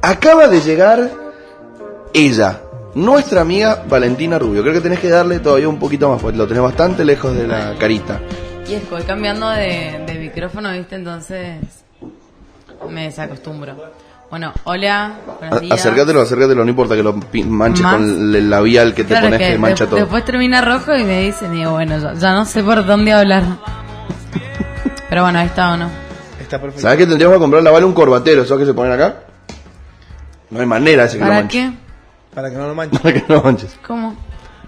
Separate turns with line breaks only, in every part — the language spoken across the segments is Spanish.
Acaba de llegar ella, nuestra amiga Valentina Rubio. Creo que tenés que darle todavía un poquito más, porque lo tenés bastante lejos de la carita.
Y estoy cambiando de, de micrófono, ¿viste? Entonces me desacostumbro. Bueno, hola, buenos días.
A- Acércatelo, acércatelo, no importa que lo pi- manches
Más.
con el el labial que te
Claro
pones que,
que
mancha
de-
todo.
Después termina rojo y me dicen, digo, bueno, ya, ya no sé por dónde hablar. Pero bueno, ahí está o no.
Está perfecto.
¿Sabés que tendríamos que comprarle a Vale un corbatero? ¿Sabes que se ponen acá? No hay manera de ese que lo
¿Para
manches.
qué?
Para que no lo manchen.
Para que no manches.
¿Cómo?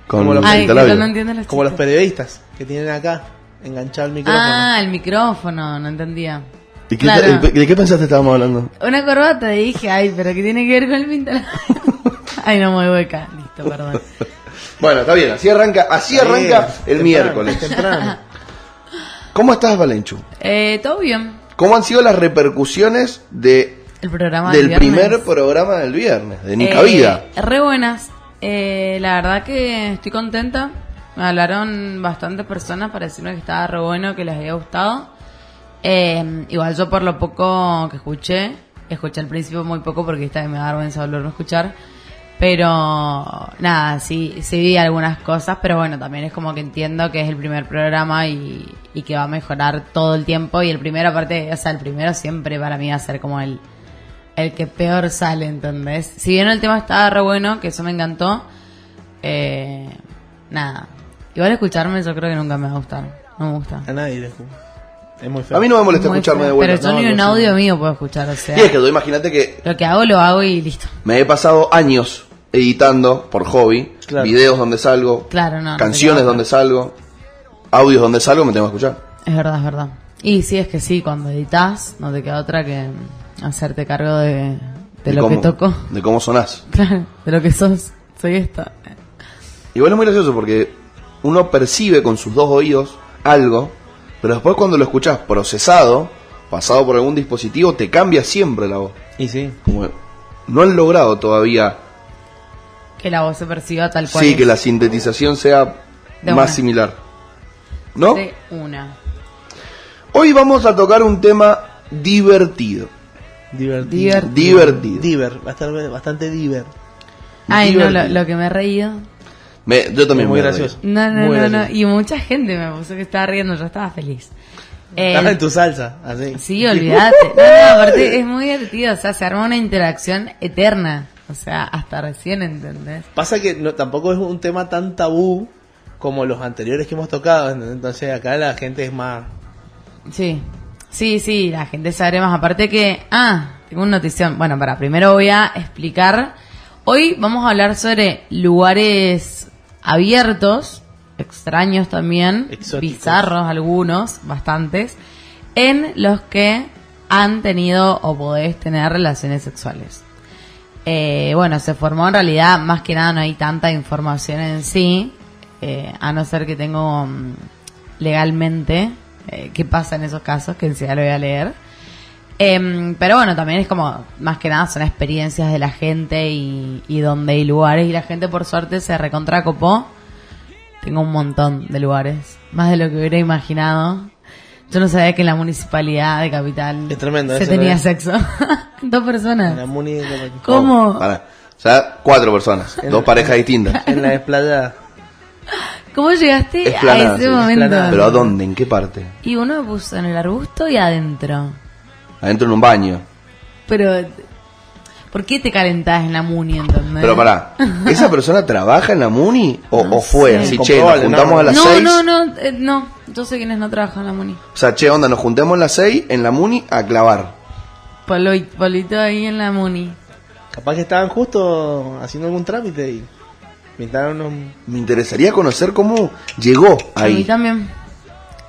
Con
Como los-
el
Ay, que
labio.
yo no entiendo las
Como los
chistes.
periodistas que tienen acá enganchado el micrófono.
Ah, el micrófono, no entendía.
¿Y qué-
Claro.
¿De de qué pensaste estábamos hablando?
Una corbata, y dije, ay, pero ¿qué tiene que ver con el pintalabio? ay, no me hueca. Listo, perdón.
Bueno, está bien, así arranca, así arranca
Eh,
el
temprano,
miércoles.
Temprano.
¿Cómo estás, Valenchu?
Eh, Todo bien.
¿Cómo han sido las repercusiones de,
El programa
del
viernes.
primer programa del viernes, de Nica
Eh,
Vida?
Re buenas. Eh, la verdad que estoy contenta. Me hablaron bastantes personas para decirme que estaba re bueno, que les había gustado. Eh, igual yo por lo poco que escuché, escuché al principio muy poco porque esta vez me da vergüenza volverlo a escuchar. Pero nada, sí, sí vi algunas cosas, pero bueno, también es como que entiendo que es el primer programa y, y que va a mejorar todo el tiempo. Y el primero, aparte, o sea, el primero siempre para mí va a ser como el, el que peor sale, ¿entendés? Si bien el tema estaba re bueno, que eso me encantó, eh, nada. Igual escucharme yo creo que nunca me va a gustar. No me gusta.
A nadie le escucha. Es muy feo.
A mí no me molesta
Muy
escucharme
feo.
de vuelta.
Pero yo
¿no?
ni un
Algo así.
audio mío puedo escuchar, o sea.
Y es que, imagínate que
Lo que hago, lo hago y listo.
me he pasado años editando por hobby,
Claro.
videos donde salgo,
Claro, no, no.
canciones
te queda
donde salgo, audios donde salgo, me tengo que escuchar.
otra. Es verdad, es verdad. Y sí, es que sí, cuando editas, no te queda otra que hacerte cargo de, de lo
cómo-
que toco.
De cómo sonás.
Claro, de lo que sos. Soy esta.
Igual es muy gracioso porque uno percibe con sus dos oídos algo, pero después cuando lo escuchás procesado, pasado por algún dispositivo, te cambia siempre la voz.
Y sí.
Como no han logrado todavía
Que la voz se perciba tal cual.
sí
es.
que la sintetización sea
De
más
una.
similar. ¿No?
De una.
Hoy vamos a tocar un tema divertido.
Divertido.
Divertido.
Divertido.
Diver. Va a estar bastante diver.
Ay, no, lo,
Divertido.
lo que me he reído.
Me- yo también
Muy
me reí.
gracioso.
No, no,
Muy
no, no.
gracioso.
Y mucha gente me puso que estaba riendo, yo estaba feliz. Eh,
Estás en tu salsa. Así.
Sí, olvídate. No, no, aparte es muy divertido, o sea, se arma una interacción eterna. O sea, hasta recién, ¿entendés?
Pasa que no, tampoco es un tema tan tabú como los anteriores que hemos tocado. ¿entendés? Entonces acá la gente es más.
Sí. Sí, sí, la gente sabe más. Aparte que, ah, tengo una notición. Bueno, para primero voy a explicar. Hoy vamos a hablar sobre lugares abiertos, extraños también,
Exóticos.
bizarros algunos, bastantes, en los que han tenido o podés tener relaciones sexuales. Eh, bueno, se formó en realidad, más que nada no hay tanta información en sí, eh, a no ser que tengo mm, legalmente eh, qué pasa en esos casos, que enseguida lo voy a leer. Em, pero bueno, también es como, más que nada son experiencias de la gente y, y donde hay lugares y la gente por suerte se recontracopó. Tengo un montón de lugares, más de lo que hubiera imaginado. Yo no sabía que en la municipalidad de Capital
Es tremendo,
se
eso lo
tenía
es.
sexo. Dos personas.
En la muni.
¿Cómo?
Oh, pará. O sea, cuatro personas, dos parejas distintas.
En la explayada.
¿Cómo llegaste
Esplanada,
a ese
sí,
momento?
esplanada.
¿Pero a dónde? ¿En qué parte?
Y uno me puso en el arbusto y adentro.
Adentro en un baño.
Pero, ¿por qué te calentás en la muni, entendés?
Pero pará, ¿esa persona trabaja en la MUNI o, o fue?
sé.
Así, che, nos
Comprobable,
juntamos
¿no?
a las
no,
seis.
no, no, eh, no. Yo sé quiénes no trabajan en la muni.
O sea, che, onda, nos juntamos a las seis en la MUNI a clavar.
Polo- Polito ahí en la muni.
Capaz que estaban justo haciendo algún trámite y pintaron unos.
Me interesaría conocer cómo llegó
A mí
ahí.
también.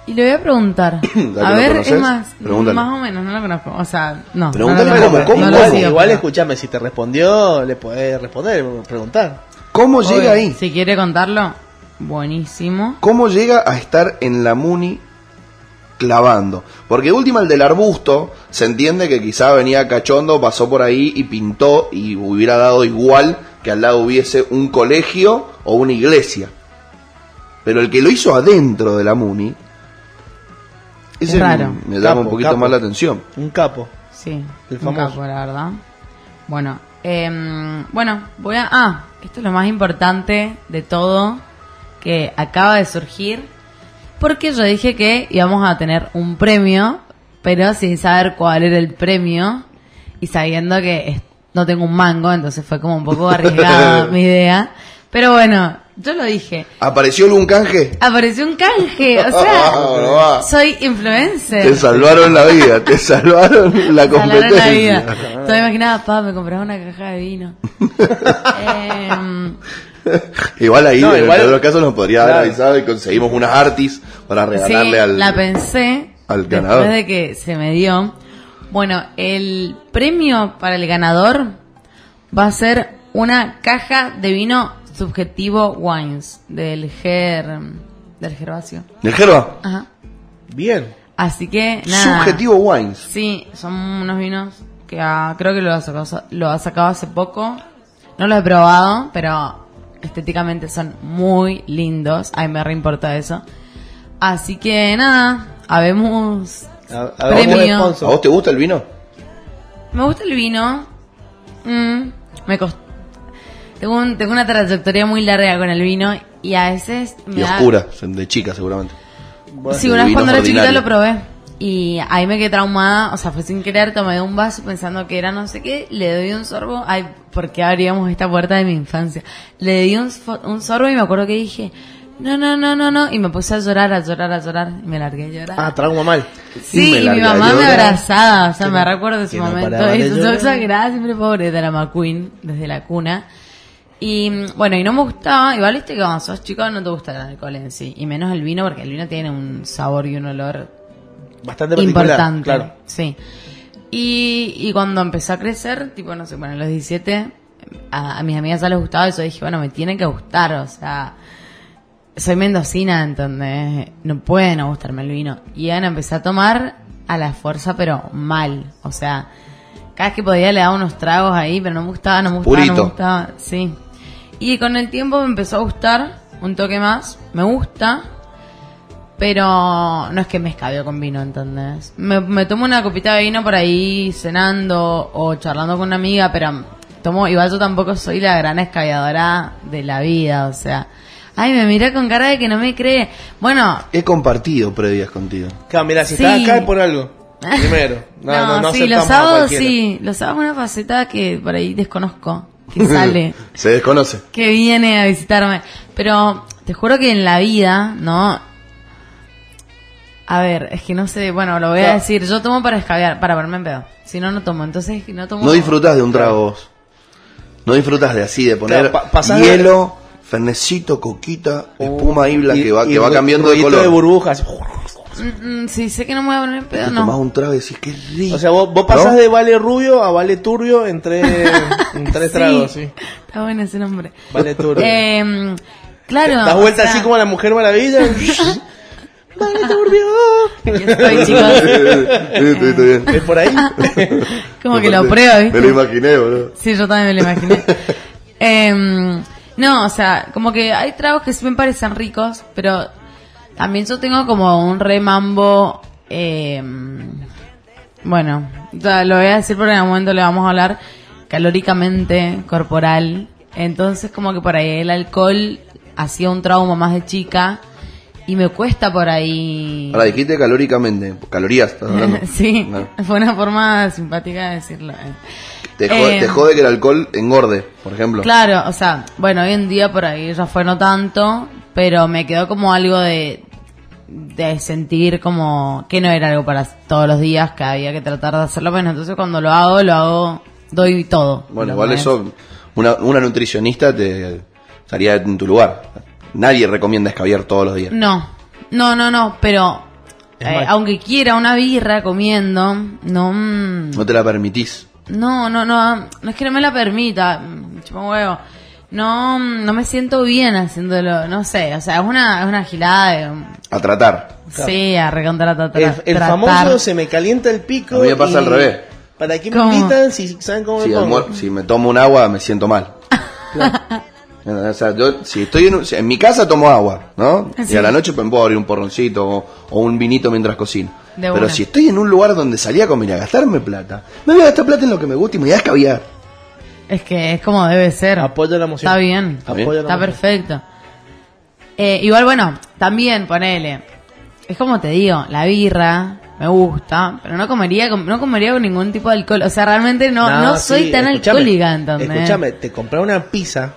Y le voy a preguntar.
que
a
lo
ver,
conoces,
es más,
pregúntale.
más o menos, no lo conozco. O sea, no.
Pregúntale
no lo
cómo,
conozco,
cómo,
no lo
igual,
cómo.
sigo,
igual
pero-
escuchame, si te respondió, le podés responder, preguntar.
¿Cómo
Obvio,
llega ahí?
Si quiere contarlo, buenísimo.
¿Cómo llega a estar en la Muni clavando? Porque de última el del arbusto, se entiende que quizá venía cachondo, pasó por ahí y pintó y hubiera dado igual que al lado hubiese un colegio o una iglesia. Pero el que lo hizo adentro de la Muni, ese
Raro.
me llama
Capo,
un poquito
capo.
más la atención.
Un capo.
Sí,
El
un
famoso.
capo, la verdad. Bueno, em, bueno, voy a... Ah, esto es lo más importante de todo que acaba de surgir. Porque yo dije que íbamos a tener un premio, pero sin saber cuál era el premio y sabiendo que es- no tengo un mango, entonces fue como un poco arriesgada mi idea. Pero bueno, yo lo dije.
¿Apareció algún canje?
Apareció un canje, o
Bueno,
sea,
va.
soy
Te
influencer.
salvaron la vida, te salvaron la
Salaron la
competencia.
vida. Todavía imaginaba, pa, me compraba una caja de vino. Em,
Igual ahí,
No,
en el
igual-
peor de los casos, nos podría haber
Claro.
avisado y conseguimos unas artis para regalarle
sí,
al.
la pensé
al
después
ganador.
de que se me dio. Bueno, el premio para el ganador va a ser una caja de vino subjetivo Wines del Ger del Gervasio.
¿De Gerba?
Ajá.
Bien.
Así que nada.
Subjetivo Wines.
Sí, son unos vinos que ah, creo que lo ha, sacado, lo ha sacado hace poco. No lo he probado, pero estéticamente son muy lindos. A mí me re importa eso. Así que nada, habemos.
A, a ver,
Premio.
un
¿A
sponsor.
vos te gusta el vino?
Me gusta el vino. Mm, me costó. Tengo, un- tengo una trayectoria muy larga con el vino y a veces me
Y
da-
oscura, de chica seguramente.
Bueno,
sí, una vez
vinos
cuando era chiquita
ordinarios.
lo probé. Y ahí me quedé traumada, o sea, fue sin querer, tomé un vaso pensando que era no sé qué, le doy un sorbo, ay, ¿por qué abríamos esta puerta de mi infancia? Le di un, fo- un sorbo y me acuerdo que dije, no, no, no, no, no, y me puse a llorar, a llorar, a llorar, y me largué a llorar.
Ah, trauma mal.
y me
sí, y mi
largué a
mamá me
llorar.
abrazaba, o sea,
Que
me
no-
recuerdo ese
que no
momento,
paraba
y
de
yo
llorar.
exagerada, siempre pobre, de la McQueen, desde la cuna. Y mm, bueno, y no me gustaba, igual viste que cuando sos chico no te gusta el alcohol en sí, y menos el vino, porque el vino tiene un sabor y un olor
Bastante particular.
importante.
Claro.
Sí. Y, y cuando empezó a crecer, tipo, no sé, bueno, a los 17, a, a mis amigas ya les gustaba eso. Dije, bueno, me tiene que gustar, o sea, soy mendocina, entonces no puede no gustarme el vino. Y bueno, empecé a tomar a la fuerza, pero mal. O sea, cada vez que podía le daba unos tragos ahí, pero no me gustaba, no me gustaba, no
Purito.
me gustaba. Sí. Y con el tiempo me empezó a gustar un toque más. Me gusta, pero no es que me escabio con vino, ¿entendés? Me, me tomo una copita de vino por ahí cenando o charlando con una amiga, pero tomo, igual yo tampoco soy la gran escabiadora de la vida, o sea. Ay, me mira con cara de que no me cree. Bueno,
He compartido previas contigo.
Claro, mira, si
Sí.
estás acá es por algo. Primero. No, no, no,
sí, los
aceptamos a
sábados
cualquiera.
sí, los sábados es una faceta que por ahí desconozco, que sale.
Se desconoce.
que viene a visitarme. Pero te juro que en la vida, ¿no? A ver, es que no sé, bueno, lo voy a
Claro.
decir. Yo tomo para escabear, para verme en pedo. Si no, no tomo. Entonces, no tomo.
No disfrutás de un trago vos. No disfrutas de así, de poner
Claro, pa- pasás de- Uh,
hielo, fernecito, coquita, espuma ibla
Y-
que va,
y
que va
ru-
cambiando de
ruidito
color.
de burbujas.
Mm, mm, sí, sé que no me voy a poner en pedo,
Te tomás
no.
un trago y decís, qué rico.
O sea, vos, vos pasás
¿No?
de vale rubio a vale turbio en tres, en tres tragos, sí.
Está bueno ese nombre.
Vale turbio.
Eh, claro.
das
o
vuelta
sea,
así como la Mujer Maravilla. vale turbio.
yo estoy, chicos,
Estoy- estoy bien.
¿Es por ahí?
como que lo
Me-
pruebo,
Me
¿viste?
lo imaginé, boludo.
Sí, yo también me lo imaginé. Em, no, o sea, como que hay tragos que sí me parecen ricos, pero también yo tengo como un remambo. em, bueno, ya lo voy a decir porque en algún momento le vamos a hablar calóricamente, corporal. Entonces, como que por ahí el alcohol hacía un trauma más de chica y me cuesta por ahí.
Ahora dijiste calóricamente, calorías, estás hablando.
sí,
Claro.
fue una forma simpática de decirlo. eh.
Te, jode,
Eh.
te jode que el alcohol engorde, por ejemplo.
Claro, o sea, bueno, hoy en día por ahí ya fue no tanto, pero me quedó como algo de, de sentir como que no era algo para todos los días, que había que tratar de hacerlo menos. Entonces cuando lo hago, lo hago, doy todo.
Bueno,
¿Lo
igual
ves?
eso, una, una nutricionista te estaría en tu lugar. Nadie recomienda escabiar todos los días.
No, no, no, no, pero
Es
eh,
mal.
aunque quiera una birra comiendo, no... mm,
No te la permitís.
No, no, no, no es que no me la permita, mm, chupa un huevo. No, mm, no me siento bien haciéndolo, no sé, o sea, es una, es una gilada de... mm,
A tratar.
Sí, a recontar a
El, el famoso se me calienta el pico.
A mí me pasa
y-
al revés.
¿Para qué me
¿Cómo?
invitan si saben cómo
Si,
me pongo?
almuer- si me tomo un agua, me siento mal. O sea, yo, si estoy en, un- si en mi casa tomo agua, ¿no? Y
Sí.
a la noche pues, puedo abrir un porroncito o, o un vinito mientras cocino.
De
Pero
una.
si estoy en un lugar donde salí a comer a gastarme plata, me voy a gastar plata en lo que me gusta y me voy a escabiar.
Es que es como debe ser.
Apoya la emoción.
Está bien.
bien.
Apoya la
Está
emoción.
perfecto. Eh, igual, bueno, también ponele. Es como te digo, la birra me gusta, pero no comería con, no comería con ningún tipo de alcohol. O sea, realmente no, no, soy
sí,
tan
escuchame,
alcohólica, ¿entendés?
Escúchame, te compré una pizza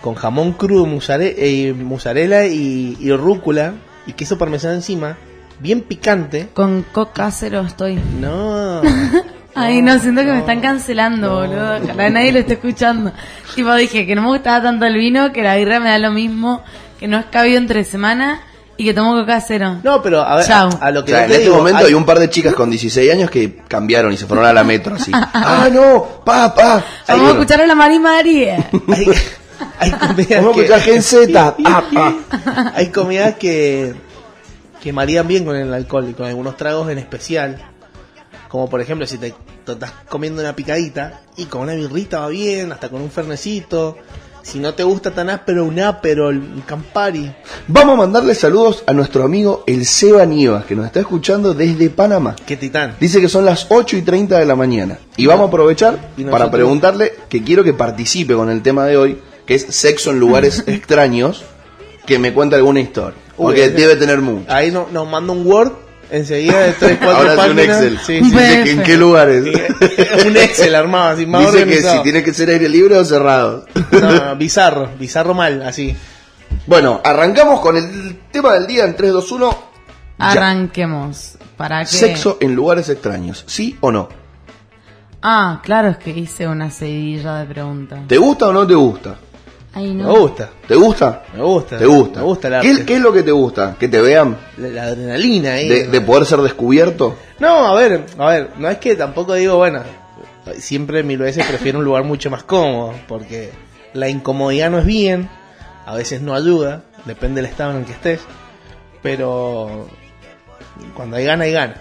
con jamón crudo, musare- eh, mozzarella y, y rúcula y queso parmesano encima, bien picante.
Con coca cero estoy.
No.
Ay, no, siento que me están cancelando, boludo. Ojalá nadie lo esté escuchando. Tipo, dije que no me gustaba tanto el vino, que la birra me da lo mismo, que no es cabio entre semana y que tomo coca cero.
No, pero a ver, a,
Chau.
a lo
O
que
sea,
yo
en
te
este
digo,
momento
hay-
hay... un par de chicas con 16 años que cambiaron y se fueron a la metro así. ¡Ah, no! ¡Pa, pa! Ahí,
Vamos a
bueno,
escuchar a la Mari Mari.
hay, hay comidas
Vamos a
que,
escuchar Gen Z. ¡Pa, pa!
hay comidas que que marían bien con el alcohol y con algunos tragos en especial. Como por ejemplo, si te, te estás comiendo una picadita y con una birrita va bien, hasta con un fernecito. Si no te gusta tan áspero, un aperol, un campari.
Vamos a mandarle saludos a nuestro amigo el Seba Nievas, que nos está escuchando desde Panamá.
Qué titán.
Dice que son las 8 y 30 de la mañana. Y vamos a aprovechar
Y nosotros-
para preguntarle que quiero que participe con el tema de hoy, que es sexo en lugares extraños, que me cuente alguna historia.
Uy,
Porque
ese-
debe tener mucho.
Ahí no- nos manda un Word enseguida de 3, 4
Ahora hace un
páginas.
Excel.
Sí,
Un
sí.
Dice que en
PDF.
qué lugares.
un Excel armado, así más
Dice que
organizado.
si tiene que ser aire libre o cerrado.
No, bizarro, bizarro mal, así.
Bueno, arrancamos con el tema del día en 3, 2, 1. Ya.
Arranquemos. ¿Para qué?
Sexo en lugares extraños, ¿sí o no?
Ah, claro, es que hice una seguidilla de preguntas.
¿Te Oh. gusta o no te gusta?
Ay,
Me
no.
gusta,
¿Te gusta?
me gusta.
¿Te gusta?
Me gusta el arte. Eh,
¿Qué, qué es lo que te gusta? ¿Que te vean?
La, la adrenalina ahí.
¿De, de poder ser descubierto?
No, a ver, a ver, no es que tampoco digo, bueno, siempre mil veces prefiero un lugar mucho más cómodo, porque la incomodidad no es bien, a veces no ayuda, depende del estado en el que estés, pero cuando hay gana, hay gana.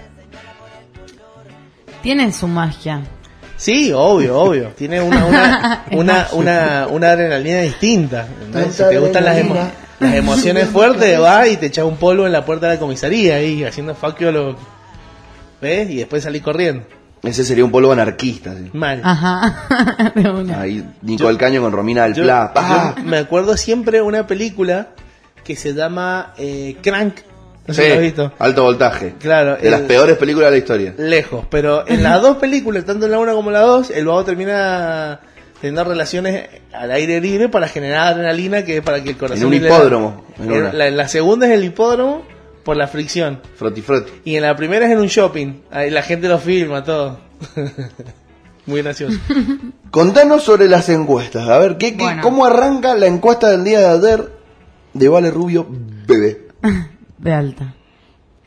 Tiene su magia.
Sí, obvio, obvio. Tiene una, una,
Es
una,
más.
una, una adrenalina distinta. ¿entendés? Si
Tanta
te gustan las, emo-
adrenalina.
las emociones fuertes, vas y te echas un polvo en la puerta de la comisaría ahí, haciendo fuck you a lo... ¿Ves? Y después salí corriendo.
Ese sería un polvo anarquista. sí.
Mal.
Ajá. de una.
Ahí, Nicole Caño con Romina del
Yo-
Pla. Ah, ¡pa!
yo me acuerdo siempre una película que se llama eh, Crank. No sé si
Sí,
lo has visto.
alto voltaje.
Claro,
De las
el-
peores películas de la historia.
Lejos, pero en las dos películas, tanto en la una como en la dos, el vago termina teniendo relaciones al aire libre para generar adrenalina que es para que el corazón...
En un
le-
hipódromo, en una.
En la, en la segunda es el hipódromo por la fricción.
Froti froti.
Y en la primera es en un shopping. Ahí la gente lo filma, todo. Muy gracioso.
Contanos sobre las encuestas. A ver, ¿qué, qué-
Bueno.
¿cómo arranca la encuesta del día de ayer de Vale Rubio Bebé?
De alta.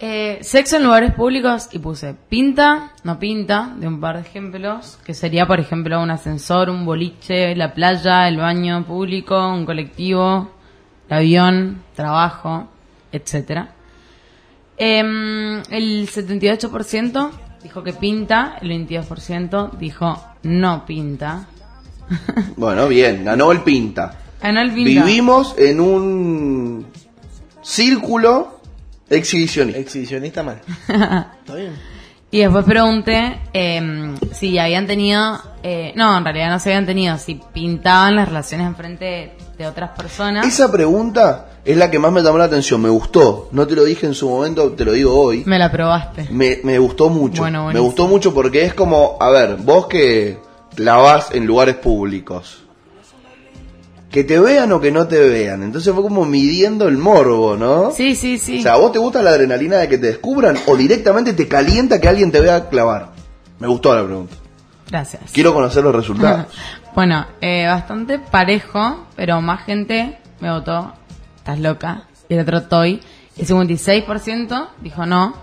Eh, sexo en lugares públicos y puse pinta, no pinta, de un par de ejemplos, que sería por ejemplo un ascensor, un boliche, la playa, el baño público, un colectivo, el avión, trabajo, etcétera. Em, el 78% dijo que pinta, el 22% dijo no pinta.
Bueno, bien, ganó el pinta.
Ganó Ah, el pinta.
Vivimos en un círculo exhibicionista.
Exhibicionista mal. Está bien.
Y después pregunté eh, si habían tenido, eh, no, en realidad no se habían tenido, si pintaban las relaciones enfrente de, de otras personas.
Esa pregunta es la que más me llamó la atención, me gustó. No te lo dije en su momento, te lo digo hoy.
Me la probaste.
Me, me gustó mucho.
Bueno,
me
buenísimo.
gustó mucho porque es como, a ver, vos que clavás en lugares públicos. Que te vean o que no te vean. Entonces fue como midiendo el morbo, ¿no?
Sí, sí, sí.
O sea, ¿a vos te gusta la adrenalina de que te descubran o directamente te calienta que alguien te vea clavar? Me gustó la pregunta.
Gracias.
Quiero conocer los resultados.
Bueno, eh, bastante parejo, pero más gente me votó, estás loca. Y el otro toy. El 56% dijo no.
o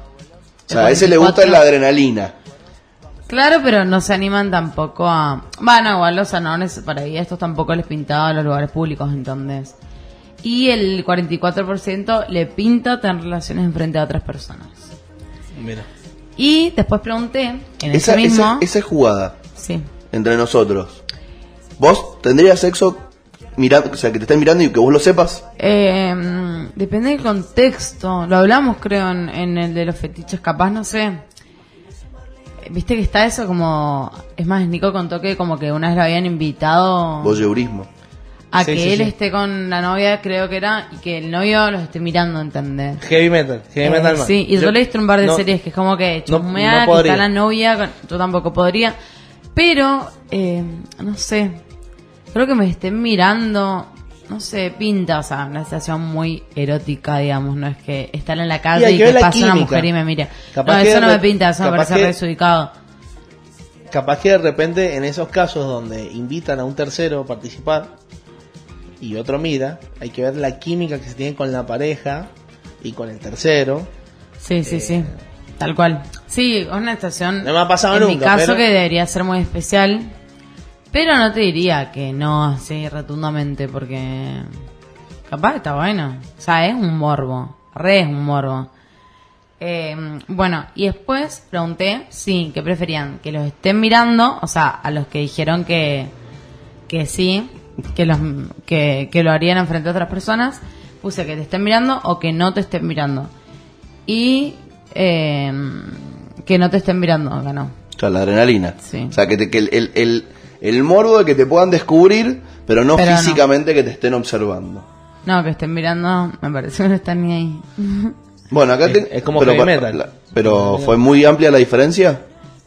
sea, a ese le gusta la adrenalina.
Claro, pero no se animan tampoco a... Bueno, igual los anones para ahí, estos tampoco les pintaba a los lugares públicos, entonces. Y el 44% le pinta tener relaciones enfrente a otras personas.
Mira.
Y después pregunté, en
Esa,
ese mismo...
esa, esa es jugada
Sí.
entre nosotros. ¿Vos tendrías sexo mirando, o sea, que te estén mirando y que vos lo sepas?
Eh, depende del contexto. Lo hablamos, creo, en, en el de los fetiches, capaz, no sé. viste que está eso como. Es más, Nico contó que como que una vez lo habían invitado
Voyeurismo.
a
Sí,
que
sí,
él
sí.
esté con la novia, creo que era, y que el novio los esté mirando, ¿entendés?
Heavy metal, heavy
Eh,
metal mal.
Sí, y yo, le he visto un par de
no-
series que es como que
no- no
chusmea, que
podría.
está la novia, con- yo tampoco podría. Pero, eh, no sé, creo que me estén mirando, no sé, pinta, o sea, una situación muy erótica, digamos, no es que estar en la
Y
calle
hay
y
que
que
ver la
pase una
química.
mujer y me mire.
Capaz
no,
que
eso no
re-
me pinta, eso me
capaz
parece
que-
re desubicado.
Capaz que de repente en esos casos donde invitan a un tercero a participar y otro mira, hay que ver la química que se tiene con la pareja y con el tercero.
Sí, sí, sí, tal cual. Eh, Sí, una situación.
No me ha pasado
en mi
nunca,
caso
pero-
que debería ser muy especial. Pero no te diría que no así rotundamente, porque. Capaz está bueno. O sea, es un morbo. Re es un morbo. Eh, bueno, y después pregunté, sí, ¿qué preferían? Que los estén mirando, o sea, a los que dijeron que, que sí, que, los, que, que lo harían enfrente a otras personas, puse que te estén mirando o que no te estén mirando. Y eh, que no te estén mirando, ganó.
O sea, la adrenalina.
Sí.
O sea, que, te- que el, el, el, el morbo de que te puedan descubrir, pero no
Pero no.
físicamente que te estén observando.
No, que estén mirando, me parece que no están ni ahí.
Bueno, acá
Es-
te-
es como
pero,
heavy
pa-
metal.
la- pero fue muy amplia la diferencia.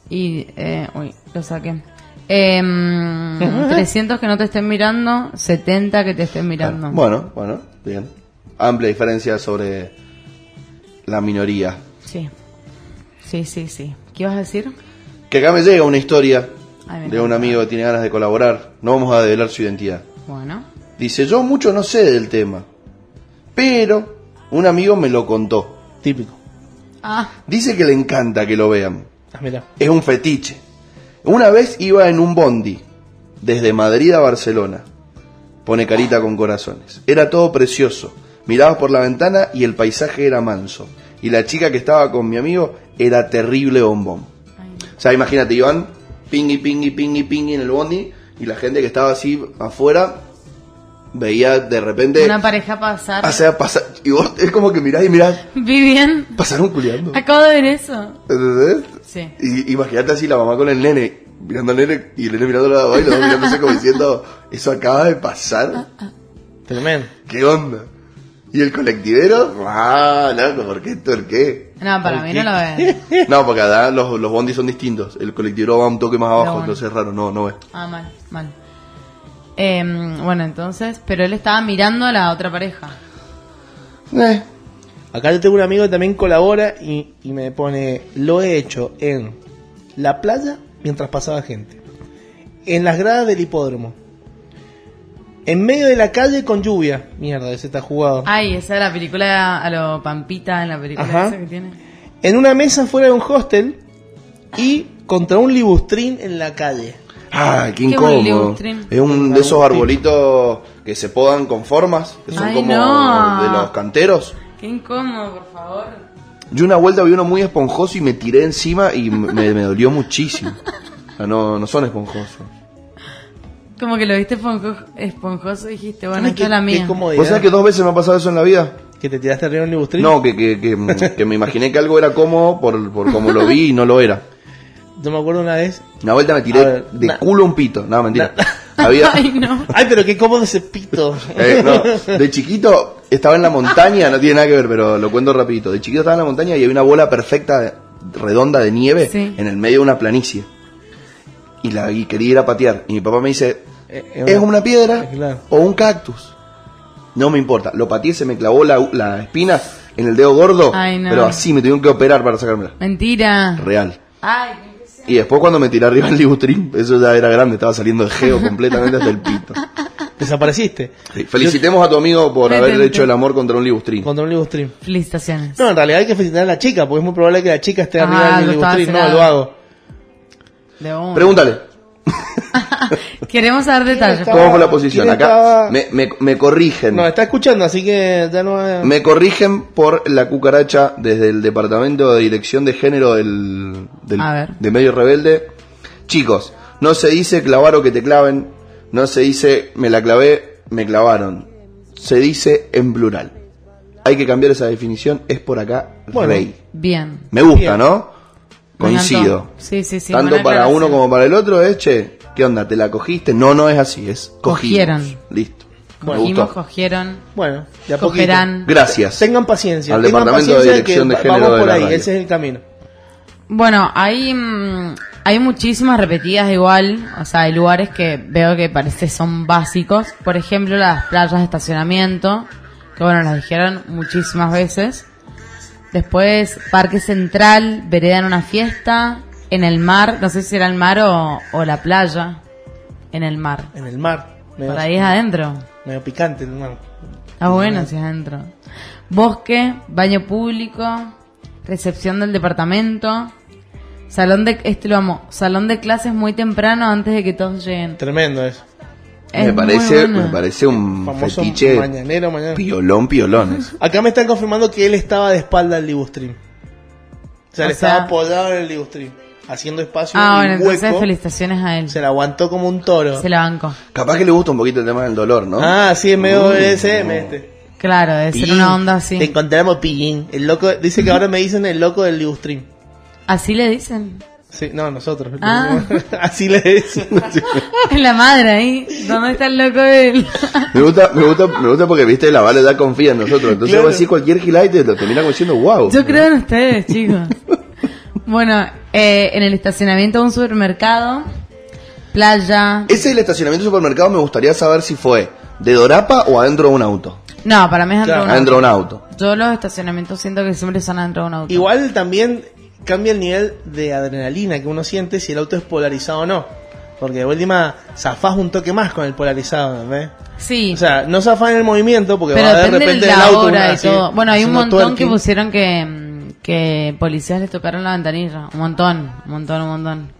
Y, eh, uy, lo saqué. Em, 300 que no te estén mirando, 70 que te estén mirando.
Bueno, bueno, bien. Amplia diferencia sobre la minoría.
Sí. Sí, sí, sí. ¿Qué ibas a decir?
Que acá me llega una historia
Ay, me
de un
encanta.
amigo que tiene ganas de colaborar. No vamos a develar su identidad.
Bueno.
Dice, yo mucho no sé del tema, pero un amigo me lo contó.
Típico.
Ah,
Dice que le encanta que lo vean.
Ah, mira.
Es un fetiche. Una vez iba en un bondi, desde Madrid a Barcelona. Pone carita con corazones. Era todo precioso. Mirabas por la ventana y el paisaje era manso. Y la chica que estaba con mi amigo era terrible bombón. O sea, imagínate, iban pingui, pingui, pingui, pingui en el bondi y la gente que estaba así afuera veía de repente...
una pareja pasar.
O sea, pasa, y vos es como que mirás y mirás,
Vi bien.
pasaron culiando.
Acabo de ver eso.
¿Entendés?
Sí.
Y imagínate así la mamá con el nene, mirando al nene y el nene mirando la mamá y los dos mirándose como diciendo, eso acaba de pasar,
Tremendo.
¿qué onda? Y el colectivero, ah, loco, ¿por qué? ¿Por qué?
No, para mí no lo ve.
No, porque acá los, los bondis son distintos, el colectivero va un toque más abajo,
bueno.
entonces es raro, no, no ve.
Ah, mal, mal. Em, bueno, entonces, pero él estaba mirando a la otra pareja.
Eh,
Acá yo tengo un amigo que también colabora y, y me pone, lo he hecho en la playa mientras pasaba gente, en las gradas del hipódromo, en medio de la calle con lluvia, mierda, ese está jugado,
Ay, esa es la película a lo Pampita en la película
Ajá.
esa que tiene.
en una mesa fuera de un hostel y contra un libustrín en la calle.
Ay, qué
buen
incómodo.
liustrín.
Es un de esos arbolitos que se podan con formas, que son
Ay,
como
no.
de los canteros.
Qué incómodo, por favor.
Yo una vuelta vi uno muy esponjoso y me tiré encima y me, me dolió muchísimo. O sea, No, no son esponjosos.
Como que lo viste esponjo- esponjoso y dijiste, bueno,
Ay,
esta
qué-
es la
qué
mía.
comodidad.
¿Vos sabés que dos veces me ha pasado eso en la vida?
¿Que te tiraste arriba de un libustrín?
No, que, que, que, que me imaginé que algo era cómodo por, por como lo vi y no lo era.
Yo me acuerdo una vez...
Una vuelta me
A
tiré
ver,
de
na-
culo un pito. No, mentira. Había,
Ay, no.
Ay, pero qué cómodo ese pito.
Eh, no, de chiquito estaba en la montaña, no tiene nada que ver, pero lo cuento rapidito. De chiquito estaba en la montaña y había una bola perfecta, redonda de nieve,
Sí.
en el medio de una planicie. Y, la, y quería ir a patear. Y mi papá me dice,
Eh, eh,
es una piedra
eh, claro.
o un cactus. No me importa. Lo pateé, se me clavó la, la espina en el dedo gordo,
Ay, no.
pero así me tuvieron que operar para sacármela.
Mentira.
Real.
Ay, qué impresión.
Y después cuando me tiré arriba el libutrín, eso ya era grande, estaba saliendo de geo completamente hasta el pito.
Desapareciste.
Sí, Felicitemos a tu amigo por
Me
haber
tenté.
hecho el amor contra un libustrín.
Contra un libustrín.
Felicitaciones.
No, en realidad hay que felicitar a la chica, porque es muy probable que la chica esté
Ah,
arriba del
lo estaba
libustrín. No,
cenando.
lo hago.
De una.
Pregúntale,
Queremos saber detalles.
está?
¿cómo fue la posición?
¿Quién
Acá
estaba?
me, me- me corrigen.
No, está escuchando, así que ya no. eh,
Me corrigen por la cucaracha desde el departamento de dirección de género del, del-
A ver.
de Medio Rebelde. Chicos, no se dice clavar o que te claven, no se dice me la clavé, me clavaron. Se dice en plural. Hay que cambiar esa definición, es por acá
Bueno.
rey.
Bien.
Me gusta,
Bien.
¿no? Coincido.
Sí, sí, sí.
Tanto
buena
para
aclaración.
uno como para el otro es, che, ¿qué onda? ¿Te la cogiste? No, no es así, es cogimos.
Cogieron.
Listo. Me
Cogimos,
gustó.
cogieron.
Bueno, de a poquito.
Cogerán.
Gracias.
Tengan paciencia.
Al
tengan
Departamento de
paciencia
Dirección
que
de Género
Vamos
de
por
la
ahí,
radio.
ese es el camino.
Bueno, hay, mm, hay muchísimas repetidas igual, o sea, hay lugares que veo que parece son básicos, por ejemplo las playas de estacionamiento, que bueno, las dijeron muchísimas veces. Después Parque Central, Vereda en una fiesta, en el mar, no sé si era el mar o, o la playa, en el mar.
En el mar. Medio,
Por ahí es adentro.
medio picante, hermano.
Está bueno si es adentro. Bosque, baño público, recepción del departamento, salón de este lo amo, salón de clases muy temprano antes de que todos lleguen.
Tremendo eso.
Es
me,
muy
parece,
bueno.
me parece un
Famoso
fetiche
mañanero mañana.
piolón, piolones.
Acá me están confirmando que él estaba de espalda al libustream. O sea,
O
él estaba
sea-
apoyado en el libustream, haciendo espacio
Ah,
y
bueno, entonces
hueco.
felicitaciones a él.
Se la aguantó como un toro.
Se la bancó.
Capaz que le gusta un poquito el tema del dolor, ¿no?
Ah, sí, es medio
Uh,
BDSM este.
Claro, debe ser
Pillín.
una onda
Te
así.
encontramos pillín. El loco, dice que ahora me dicen el loco del libustream.
Así le dicen.
Sí, no, nosotros.
Ah.
Así le dicen.
la madre ahí. ¿Dónde está el loco de él?
Me gusta, me gusta, me gusta porque viste la Vale da confía en nosotros. Entonces
Claro.
vos decís cualquier gilá y te lo termina diciendo wow.
Yo creo en ustedes, chicos. Bueno, eh, en el estacionamiento de un supermercado, playa.
Ese del estacionamiento de supermercado me gustaría saber si fue de Dorapa o adentro de un auto.
No, para mí es dentro de
Claro,
un auto.
Adentro de un auto.
Yo los estacionamientos siento que siempre son dentro de un auto.
Igual también cambia el nivel de adrenalina que uno siente si el auto es polarizado o no. Porque de última, zafás un toque más con el polarizado, ¿ves?
Sí,
O sea, no zafás en el movimiento porque
pero
va a haber de
depende
repente
de
el
la
auto.
hora
una
y
así,
todo. Bueno, hay un
haciendo
montón que
twerking.
pusieron que, mm, que policías les tocaron la ventanilla. Un montón, un montón, un montón.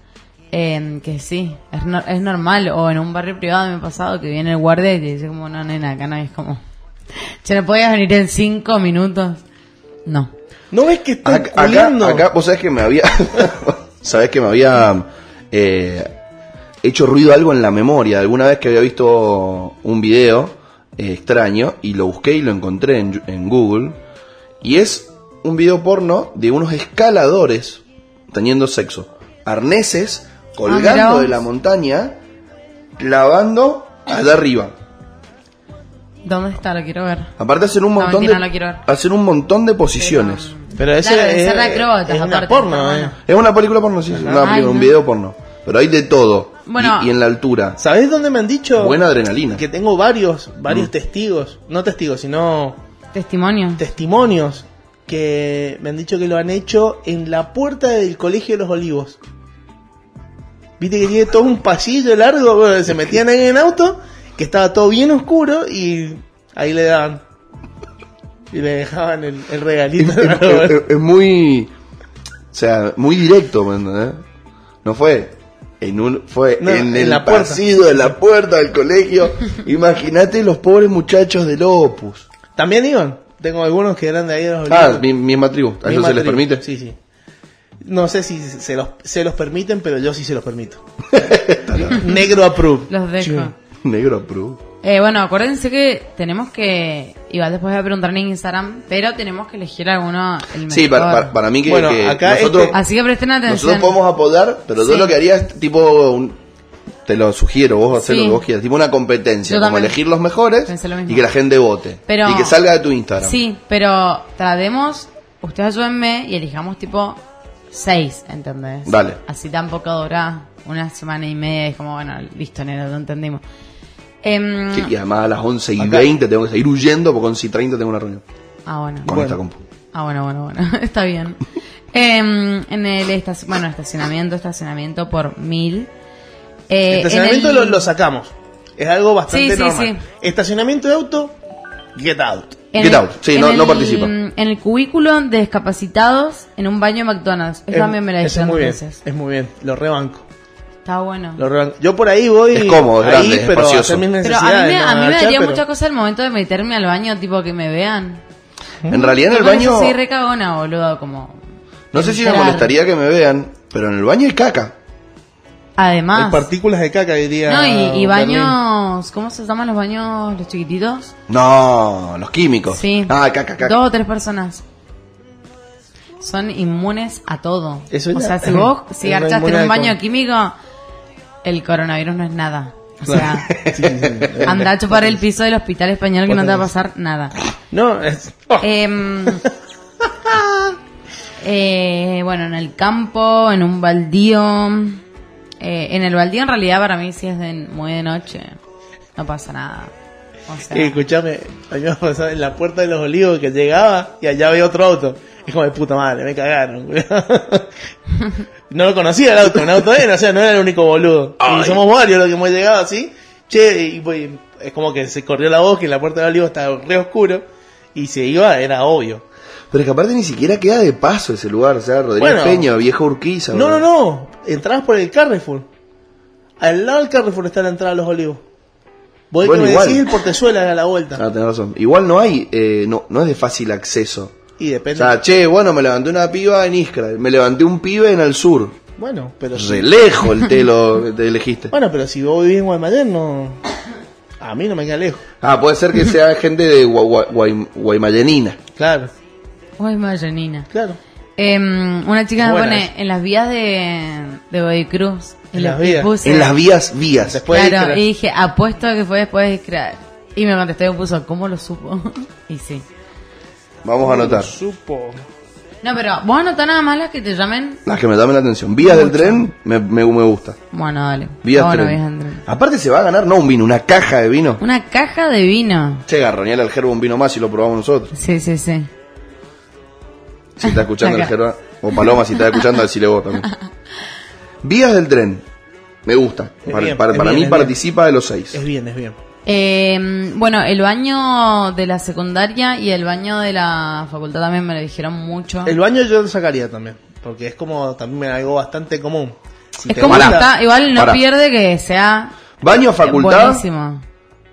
Eh, que sí, es, no- es normal. O en un barrio privado me ha pasado que viene el guardia y te dice como, no, nena, acá no es como... Che, ¿no podías venir en cinco minutos? No.
¿No ves que está
Acá, acá,
culiando?
acá, vos sabés que me había. sabés que me había. eh, hecho ruido algo en la memoria. Alguna vez que había visto un video eh, extraño y lo busqué y lo encontré en, en Google. Y es un video porno de unos escaladores teniendo sexo. Arneses
Ah, mirá
colgando
vos.
de la montaña, clavando allá arriba.
¿Dónde está? Lo quiero ver.
Aparte hacen un
No,
montón
mentira,
de,
no quiero ver.
hacen un montón de posiciones.
Pero ese
Ah, Claro, de
es,
ser de acróbatas,
es una
aparte,
porno,
está
¿eh?
bueno.
Es una película porno, sí, sí, una
Ay,
película, un
no.
video porno. Pero hay de todo.
Bueno.
y, y en la altura.
¿Sabés dónde me han dicho?
Buena adrenalina.
Que tengo varios,
Mm.
varios testigos. No testigos, sino
Testimonio.
testimonios que me han dicho que lo han hecho en la puerta del Colegio de los Olivos. Viste que tiene todo un pasillo largo, bueno, se metían ahí en auto, que estaba todo bien oscuro y ahí le daban. Y le dejaban el, el regalito.
Es, es- es- es muy. O sea, muy directo, ¿me entendés? No fue. En un, fue
No,
en,
en
el
la puerta.
pasillo de la puerta del colegio. Imagínate los pobres muchachos del Opus.
También iban. Tengo algunos que eran de ahí de los Olivos.
Ah, mi, misma tribu. ¿A ellos
Misma
se les
tribu.
permite?
Sí, sí. No sé si se los, se los permiten, pero yo sí se los permito. Negro approve.
Los dejo.
Negro approve.
Eh, bueno, acuérdense que tenemos que. Igual después voy a preguntar en Instagram, pero tenemos que elegir alguno. El
Sí,
mejor.
para, para- para mí que,
Bueno,
que
acá
nosotros,
este-
Así que presten
nosotros
atención.
podemos apodar, pero yo
Sí.
lo que haría es tipo. un- te lo sugiero, vos haces lo
Sí.
que vos quieras. Tipo una competencia,
Yo
como
también.
elegir los mejores
Pensé lo mismo.
y que la gente vote.
Pero-
y que salga de tu Instagram.
Sí, pero tratemos. Ustedes ayúdenme y elijamos tipo seis, ¿entendés?
Dale.
Así tampoco dura una semana y media. Es como, bueno, listo, nero, lo entendimos. Em,
Sí, y además a las 11 y
Acá.
20 tengo que seguir huyendo porque 11 y 30 tengo una reunión
Ah, bueno.
con
Bueno.
esta compu.
Ah, bueno, bueno, bueno. Está bien. Em, en el estaci- bueno, estacionamiento, estacionamiento por mil. Eh, en
Estacionamiento
el-
lo, lo sacamos. Es algo bastante
Sí, sí,
normal. Estacionamiento de auto, get out.
En
Get
el-
out. Sí,
en
no-
el-
no participa.
En el cubículo de discapacitados en un baño de McDonald's.
Eh,
Esa también me la
Eso
dijeron
es muy bien.
entonces.
Es muy bien. Lo rebanco.
Está bueno.
Lo rebanco. Yo por ahí voy.
Es cómodo, es
ahí,
grande, es
pero a
espacioso.
hacer mis
Pero a mí me,
necesidades,
a
no
mí me
agachar,
daría
pero-
mucha cosa el momento de meterme al baño, tipo que me vean.
Mm.
En realidad en el
Tipo, yo
baño,
soy recagona, boludo, como...
no sé si me
entrar.
molestaría que me vean, pero en el baño hay caca.
Hay
Además...
partículas de caca, diría.
No, y, y
Berlín.
baños... ¿Cómo se llaman los baños los chiquititos?
No, los químicos.
Sí.
Ah, caca, caca.
Dos o tres personas. son inmunes a todo.
Eso
o
ya-
sea, si vos si
es
garchaste en
inmune
un
al
baño
COVID.
químico, el coronavirus no es nada. O sea,
Sí, sí, sí.
anda a chupar el piso del hospital español que no te va a
Otra vez.
pasar nada.
No, es. oh,
Em, eh, bueno, en el campo, en un baldío. Eh, en el baldío, en realidad, para mí, si es de, muy de noche, no pasa nada. O sea,
eh, escuchame, a mí me pasaba en la puerta de los olivos que llegaba y allá había otro auto. Es como de puta madre, me cagaron. güey. no lo conocía el auto, un auto era, o sea, no era el único boludo. Y somos varios los que hemos llegado así. Che, y, voy- es como que se corrió la voz que en la puerta de los olivos estaba re oscuro y se iba, era obvio.
Pero es que aparte ni siquiera queda de paso ese lugar, o sea, Rodríguez
Bueno.
Peña, vieja Urquiza.
No, no,
boludo.
no. Entrabas por el Carrefour. Al lado del Carrefour está la entrada a los olivos. Vos
Bueno,
que me
igual.
decís el portezuela a la vuelta.
Ah, tenés razón. Igual no hay, eh, no, no es de fácil acceso.
Y
O
depende.
sea, che, bueno, me levanté una piba en Iskra, me levanté un pibe en el sur.
bueno, pero si,
Re lejos el telo que te elegiste.
bueno, pero si vos vivís en Guaymallén, no. A mí no me queda lejos.
Ah, puede ser que sea gente de Gua- Gua- Guay- Guaymayanina.
Claro,
uy, Mayanina.
claro.
Em, una chica me
Buena
pone
esa.
en las vías de, de Bodicruz. Y
En
le
las vías.
puse-
En las vías, vías.
Después de
claro,
Iskra.
y dije, apuesto que fue después de crear. Y me contestó y me puso, ¿cómo lo supo? y sí.
Vamos a anotar.
Supo.
No, pero vos anotá nada más las que te llamen.
Las que me llamen la atención. Vías del tren, me, me, me gusta.
Bueno, dale.
Vías
Ah, bueno,
tren.
vías del tren.
Aparte se va a ganar, no un vino, una caja de vino.
Una caja de vino.
Che, garroñale al gerbo un vino más y lo probamos nosotros.
Sí, sí, sí.
Si está escuchando el
Acá.
gerbo. O Paloma, si está escuchando, decirle vos también. Vías del tren. Me gusta.
Es
Para,
bien,
para-
es
para
bien,
mí
es bien.
participa de los seis.
Es bien, es bien.
Eh, bueno, el baño de la secundaria y el baño de la facultad también me lo dijeron mucho.
El baño yo lo sacaría también. Porque es como también algo bastante común. Si
es
te
como que
Pará,
está, igual no
pará.
pierde que sea
Baño
eh,
facultad.
buenísimo.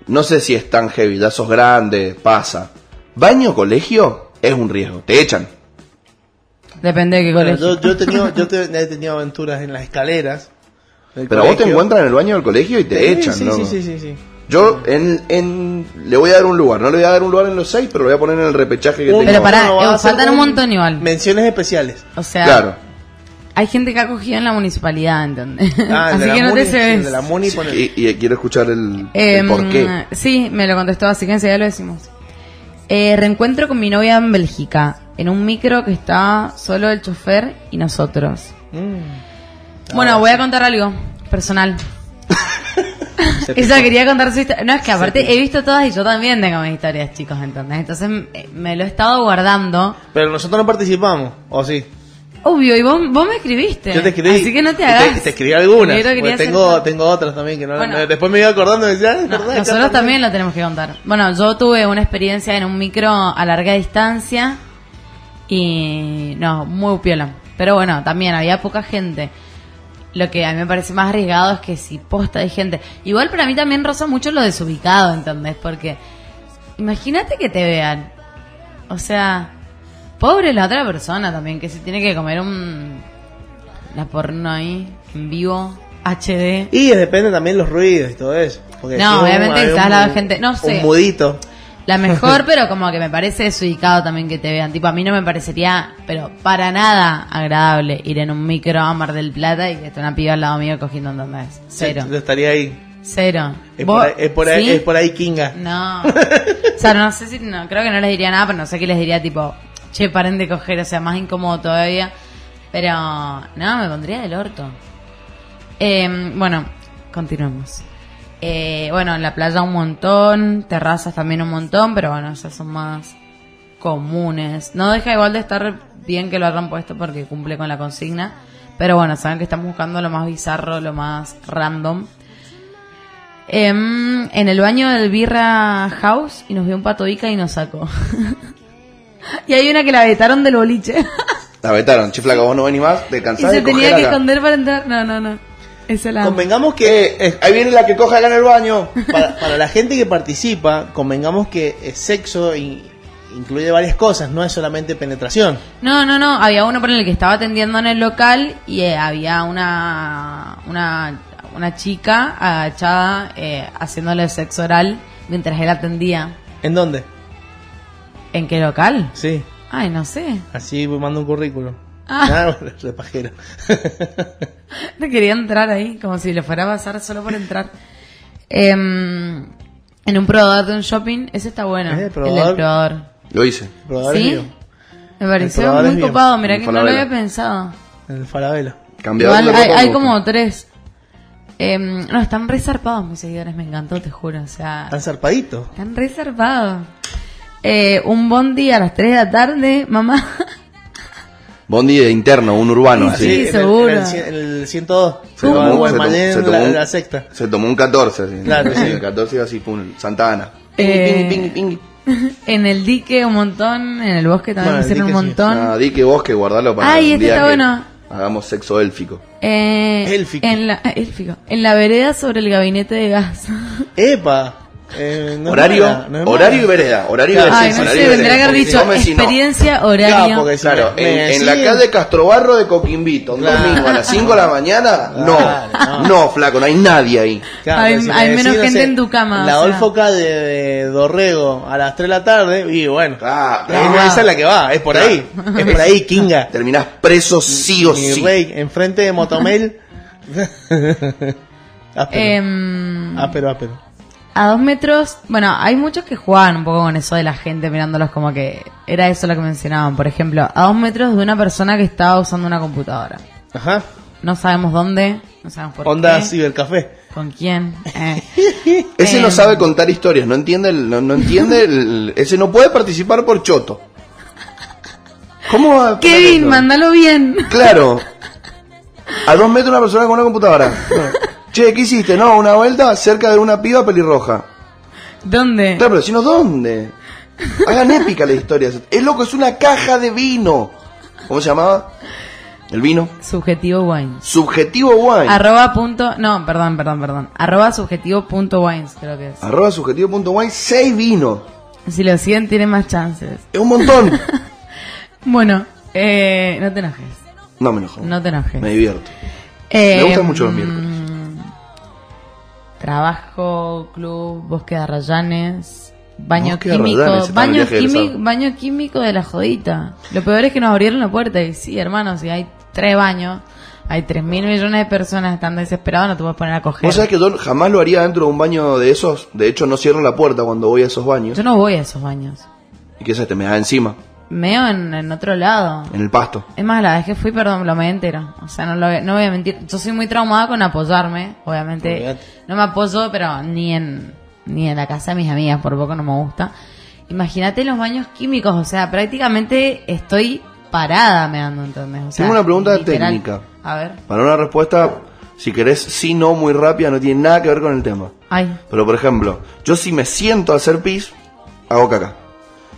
No sé si es tan heavy, ya sos grande, pasa. Baño colegio es un riesgo, te echan.
Depende de qué
Bueno,
colegio.
yo, yo he tenido, yo te- he tenido aventuras en las escaleras. del
Pero vos te
colegio.
encuentras en el baño del colegio y te
Sí,
echan,
sí,
¿no?
sí, sí, sí, sí.
Yo en, en le voy a dar un lugar, no le voy a dar un lugar en los seis, pero lo voy a poner en el repechaje que
Un-
tengo.
Pero pará,
va a
eh, faltan
ser
un montón igual.
Menciones especiales.
O sea,
Claro.
hay gente que ha cogido en la municipalidad, ¿entendés?
Ah, el de
así
la
que no
Muni,
te
sí, el
se
de la Muni pone-
Y, y quiero escuchar el, el
Em,
por qué.
Sí, me lo contestó, así que enseguida lo decimos. Eh, reencuentro con mi novia en Bélgica, en un micro que está solo el chofer y nosotros.
Mm.
Bueno, voy a contar algo personal.
Se
Ella quería contar su historia. No, es que aparte he visto todas y yo también tengo mis historias, chicos, ¿entendés? Entonces eh, me lo he estado guardando.
Pero nosotros no participamos, ¿o sí?
Obvio, y vos, vos me escribiste.
Yo te escribí.
Así que no te
Te-
hagas.
Te, escribí algunas.
Primero
porque
quería hacer-
tengo, tengo otras también que no
Bueno.
no- Después me iba acordando y decía, "Ah, es
No,
verdad, acá
nosotros también lo tenemos que contar. Bueno, yo tuve una experiencia en un micro a larga distancia y no, muy piola. Pero bueno, también había poca gente. Lo que a mí me parece más arriesgado es que si posta hay gente. Igual para mí también roza mucho lo desubicado, ¿entendés? Porque imagínate que te vean. O sea, pobre la otra persona también, que se tiene que comer un... La porno ahí, en vivo, HD.
Y depende también los ruidos y todo eso. Porque
No,
si
obviamente
hay
quizás la gente- no sé.
Un mudito.
La mejor, pero como que me parece desubicado también que te vean. Tipo, a mí no me parecería, pero para nada agradable ir en un micro a Mar del Plata y que esté una piba al lado mío cogiendo es Cero.
Yo estaría ahí.
Cero.
Es
¿Vos-
por ahí, es por ahí,
sí?
es por ahí Kinga.
No. O sea, no sé si, no, creo que no les diría nada, pero no sé qué les diría, tipo, che, paren de coger, o sea, más incómodo todavía. Pero, no, me pondría del orto. Eh, bueno, continuemos. Eh, bueno, en la playa un montón, terrazas también un montón, pero bueno, esas son más comunes. No deja igual de estar bien que lo hayan puesto porque cumple con la consigna. Pero bueno, saben que estamos buscando lo más bizarro, lo más random. Em, en el baño del Birra House y nos vio un pato Ica y nos sacó. y hay una que la vetaron del boliche.
La vetaron, chifla que vos no venís más, te
y
cansás
se
de coger
tenía que
acá.
esconder para entrar. No, no, no. Esa la. amo.
Convengamos que
Eh, eh, ahí viene la que coja acá en el baño.
para, para la gente que participa, convengamos que el sexo in- incluye varias cosas, no es solamente penetración.
No, no, no. Había uno por el que estaba atendiendo en el local y eh, había una, una, una chica agachada eh, haciéndole sexo oral mientras él atendía.
¿En dónde?
¿En qué local?
Sí.
Ay, no sé.
Así mando un currículum.
Ah.
Ah, bueno, de pajero.
No quería entrar ahí, como si le fuera a pasar solo por entrar. Em, en un probador de un shopping, ese está bueno.
Eh,
el del
probador.
probador.
Lo hice.
Probador es
¿Sí?
mío.
Me
El
pareció
probador es
muy
mío.
copado, mirá que no lo
Falabella.
había pensado.
El farabelo.
Cambiador
Igual
de
hay,
ropa
hay
me gusta.
como tres. Em, no, están re zarpados mis seguidores, me encantó, te juro. O sea,
Tan zarpadito.
están re zarpados. Eh, un bondi a las 3 de la tarde, mamá.
Bondi de interno, un urbano
Sí,
así.
en el-
seguro.
En el, cien- en el 102. Se
tomó-
va a
se
Guaymallén,
tomó- se
la,
tomó un-
la sexta.
Se tomó un 14. Así,
Claro,
¿no?
sí.
El 14 iba así, pum, Santa Ana.
Eh.
Pingui, pingui, pingui, pingui.
en el dique un montón, en el bosque también
Bueno, el
hicieron un
dique sí.
montón.
Ah, di que vos que guardarlo para
Ay,
un
este
día
está
que
bueno.
Hagamos sexo élfico.
Eh,
Élfico.
En la, élfico. En la vereda sobre el gabinete de gas.
Ah, ¡Epa! Eh, no es
horario,
mala, no es
horario y
mala.
vereda. Horario y
Claro,
vereda.
Ay,
sí,
no
sí,
horario
sé,
y
tendrá
vereda.
que haber
Porque si
dicho
vos me decís no.
experiencia,
Claro,
horario.
porque si
Claro,
me-
en,
me
en la
decían-
calle Castrobarro de Coquimbito, un
Claro.
domingo a las 5 de la mañana, no,
Claro,
no,
no.
flaco, no hay nadie ahí.
Claro,
Hay-
si me
hay
decís,
menos
no
gente
sé,
en tu cama,
La
o sea.
Olfoca de, de Dorrego a las 3 de la tarde. Y bueno.
Ah,
Eh,
ah.
esa es la que va. Es por
Claro.
ahí. Es por ahí, Kinga.
Terminás preso sí o
Mi
sí.
rey, enfrente de Motomel. áspero.
Em,
áspero, áspero.
a dos metros, bueno, hay muchos que jugaban un poco con eso de la gente mirándolos como que era eso lo que mencionaban. Por ejemplo, a dos metros de una persona que estaba usando una computadora.
Ajá.
No sabemos dónde, no sabemos por
Onda
qué,
cibercafé.
con quién. eh.
Ese no
Em.
sabe contar historias, no entiende, el- no, no entiende, el- ese no puede participar por choto. ¿Cómo va a
Kevin,
esto?
mándalo bien.
Claro. A dos metros una persona con una computadora. Che, ¿qué hiciste? No, una vuelta cerca de una piba pelirroja.
¿Dónde?
Claro, pero si no, ¿dónde? Hagan épica la historia. Es loco, es una caja de vino. ¿Cómo se llamaba? El vino.
Subjetivo Wines.
Subjetivo Wine.
Arroba punto, no, perdón, perdón, perdón. Arroba subjetivo punto wines, creo que es.
Arroba subjetivo.wine, seis vinos.
Si lo siguen, tienen más chances.
Es un montón.
Bueno, eh, no te enojes.
No me enojo.
No te enojes.
Me divierto.
Eh,
me gustan mucho los
mm,
miércoles.
Trabajo, club, bosque de arrayanes, baño
Bosque de
químico.
Arrayanes, está en el
baño,
viaje del
químico
sábado.
baño químico de la jodita. Lo peor es que nos abrieron la puerta y sí, hermano, si hay tres baños, hay tres mil millones de personas están desesperadas, no te vas a poner a coger.
Vos sabés que yo jamás lo haría dentro de un baño de esos. De hecho, no cierro la puerta cuando voy a esos baños.
Yo no voy a esos baños.
Y que se te me da encima,
Meo en, en otro lado.
en el pasto.
Es más, la vez que fui, perdón, lo me entero. O sea, no, lo, no voy a mentir. Yo soy muy traumada con apoyarme, obviamente.
Olvídate.
No me apoyo, pero ni en, ni en la casa de mis amigas, por poco no me gusta. Imagínate los baños químicos, o sea, prácticamente estoy parada me dando, ¿entendés? O sea,
Tengo una pregunta técnica.
A ver.
Para una respuesta, si querés, sí, no, muy rápida, no tiene nada que ver con el tema.
Ay,
Pero por ejemplo, yo si me siento a hacer pis, hago caca.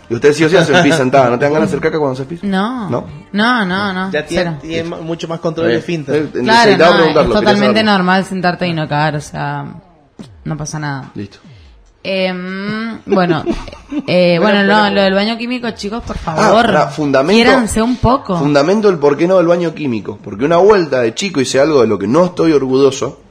Y ustedes sí o sí hacen pis sentada, ¿no te dan ganas de hacer caca cuando haces pis?
no.
¿No?
No, no, no.
Ya tiene,
cero.
tiene ma- mucho más control de finta.
Eh, eh,
Claro,
necesitaba
no, es
preguntarlo, quería
totalmente
saberlo.
normal sentarte y no cagar, o sea, no pasa nada.
Listo.
Em, bueno, eh, bueno, no, lo del baño químico, chicos, por
Ah,
favor,
pará, fundamento.
quiéranse un poco.
Fundamento el por qué no del baño químico. Porque una vuelta de chico hice algo de lo que no estoy orgulloso.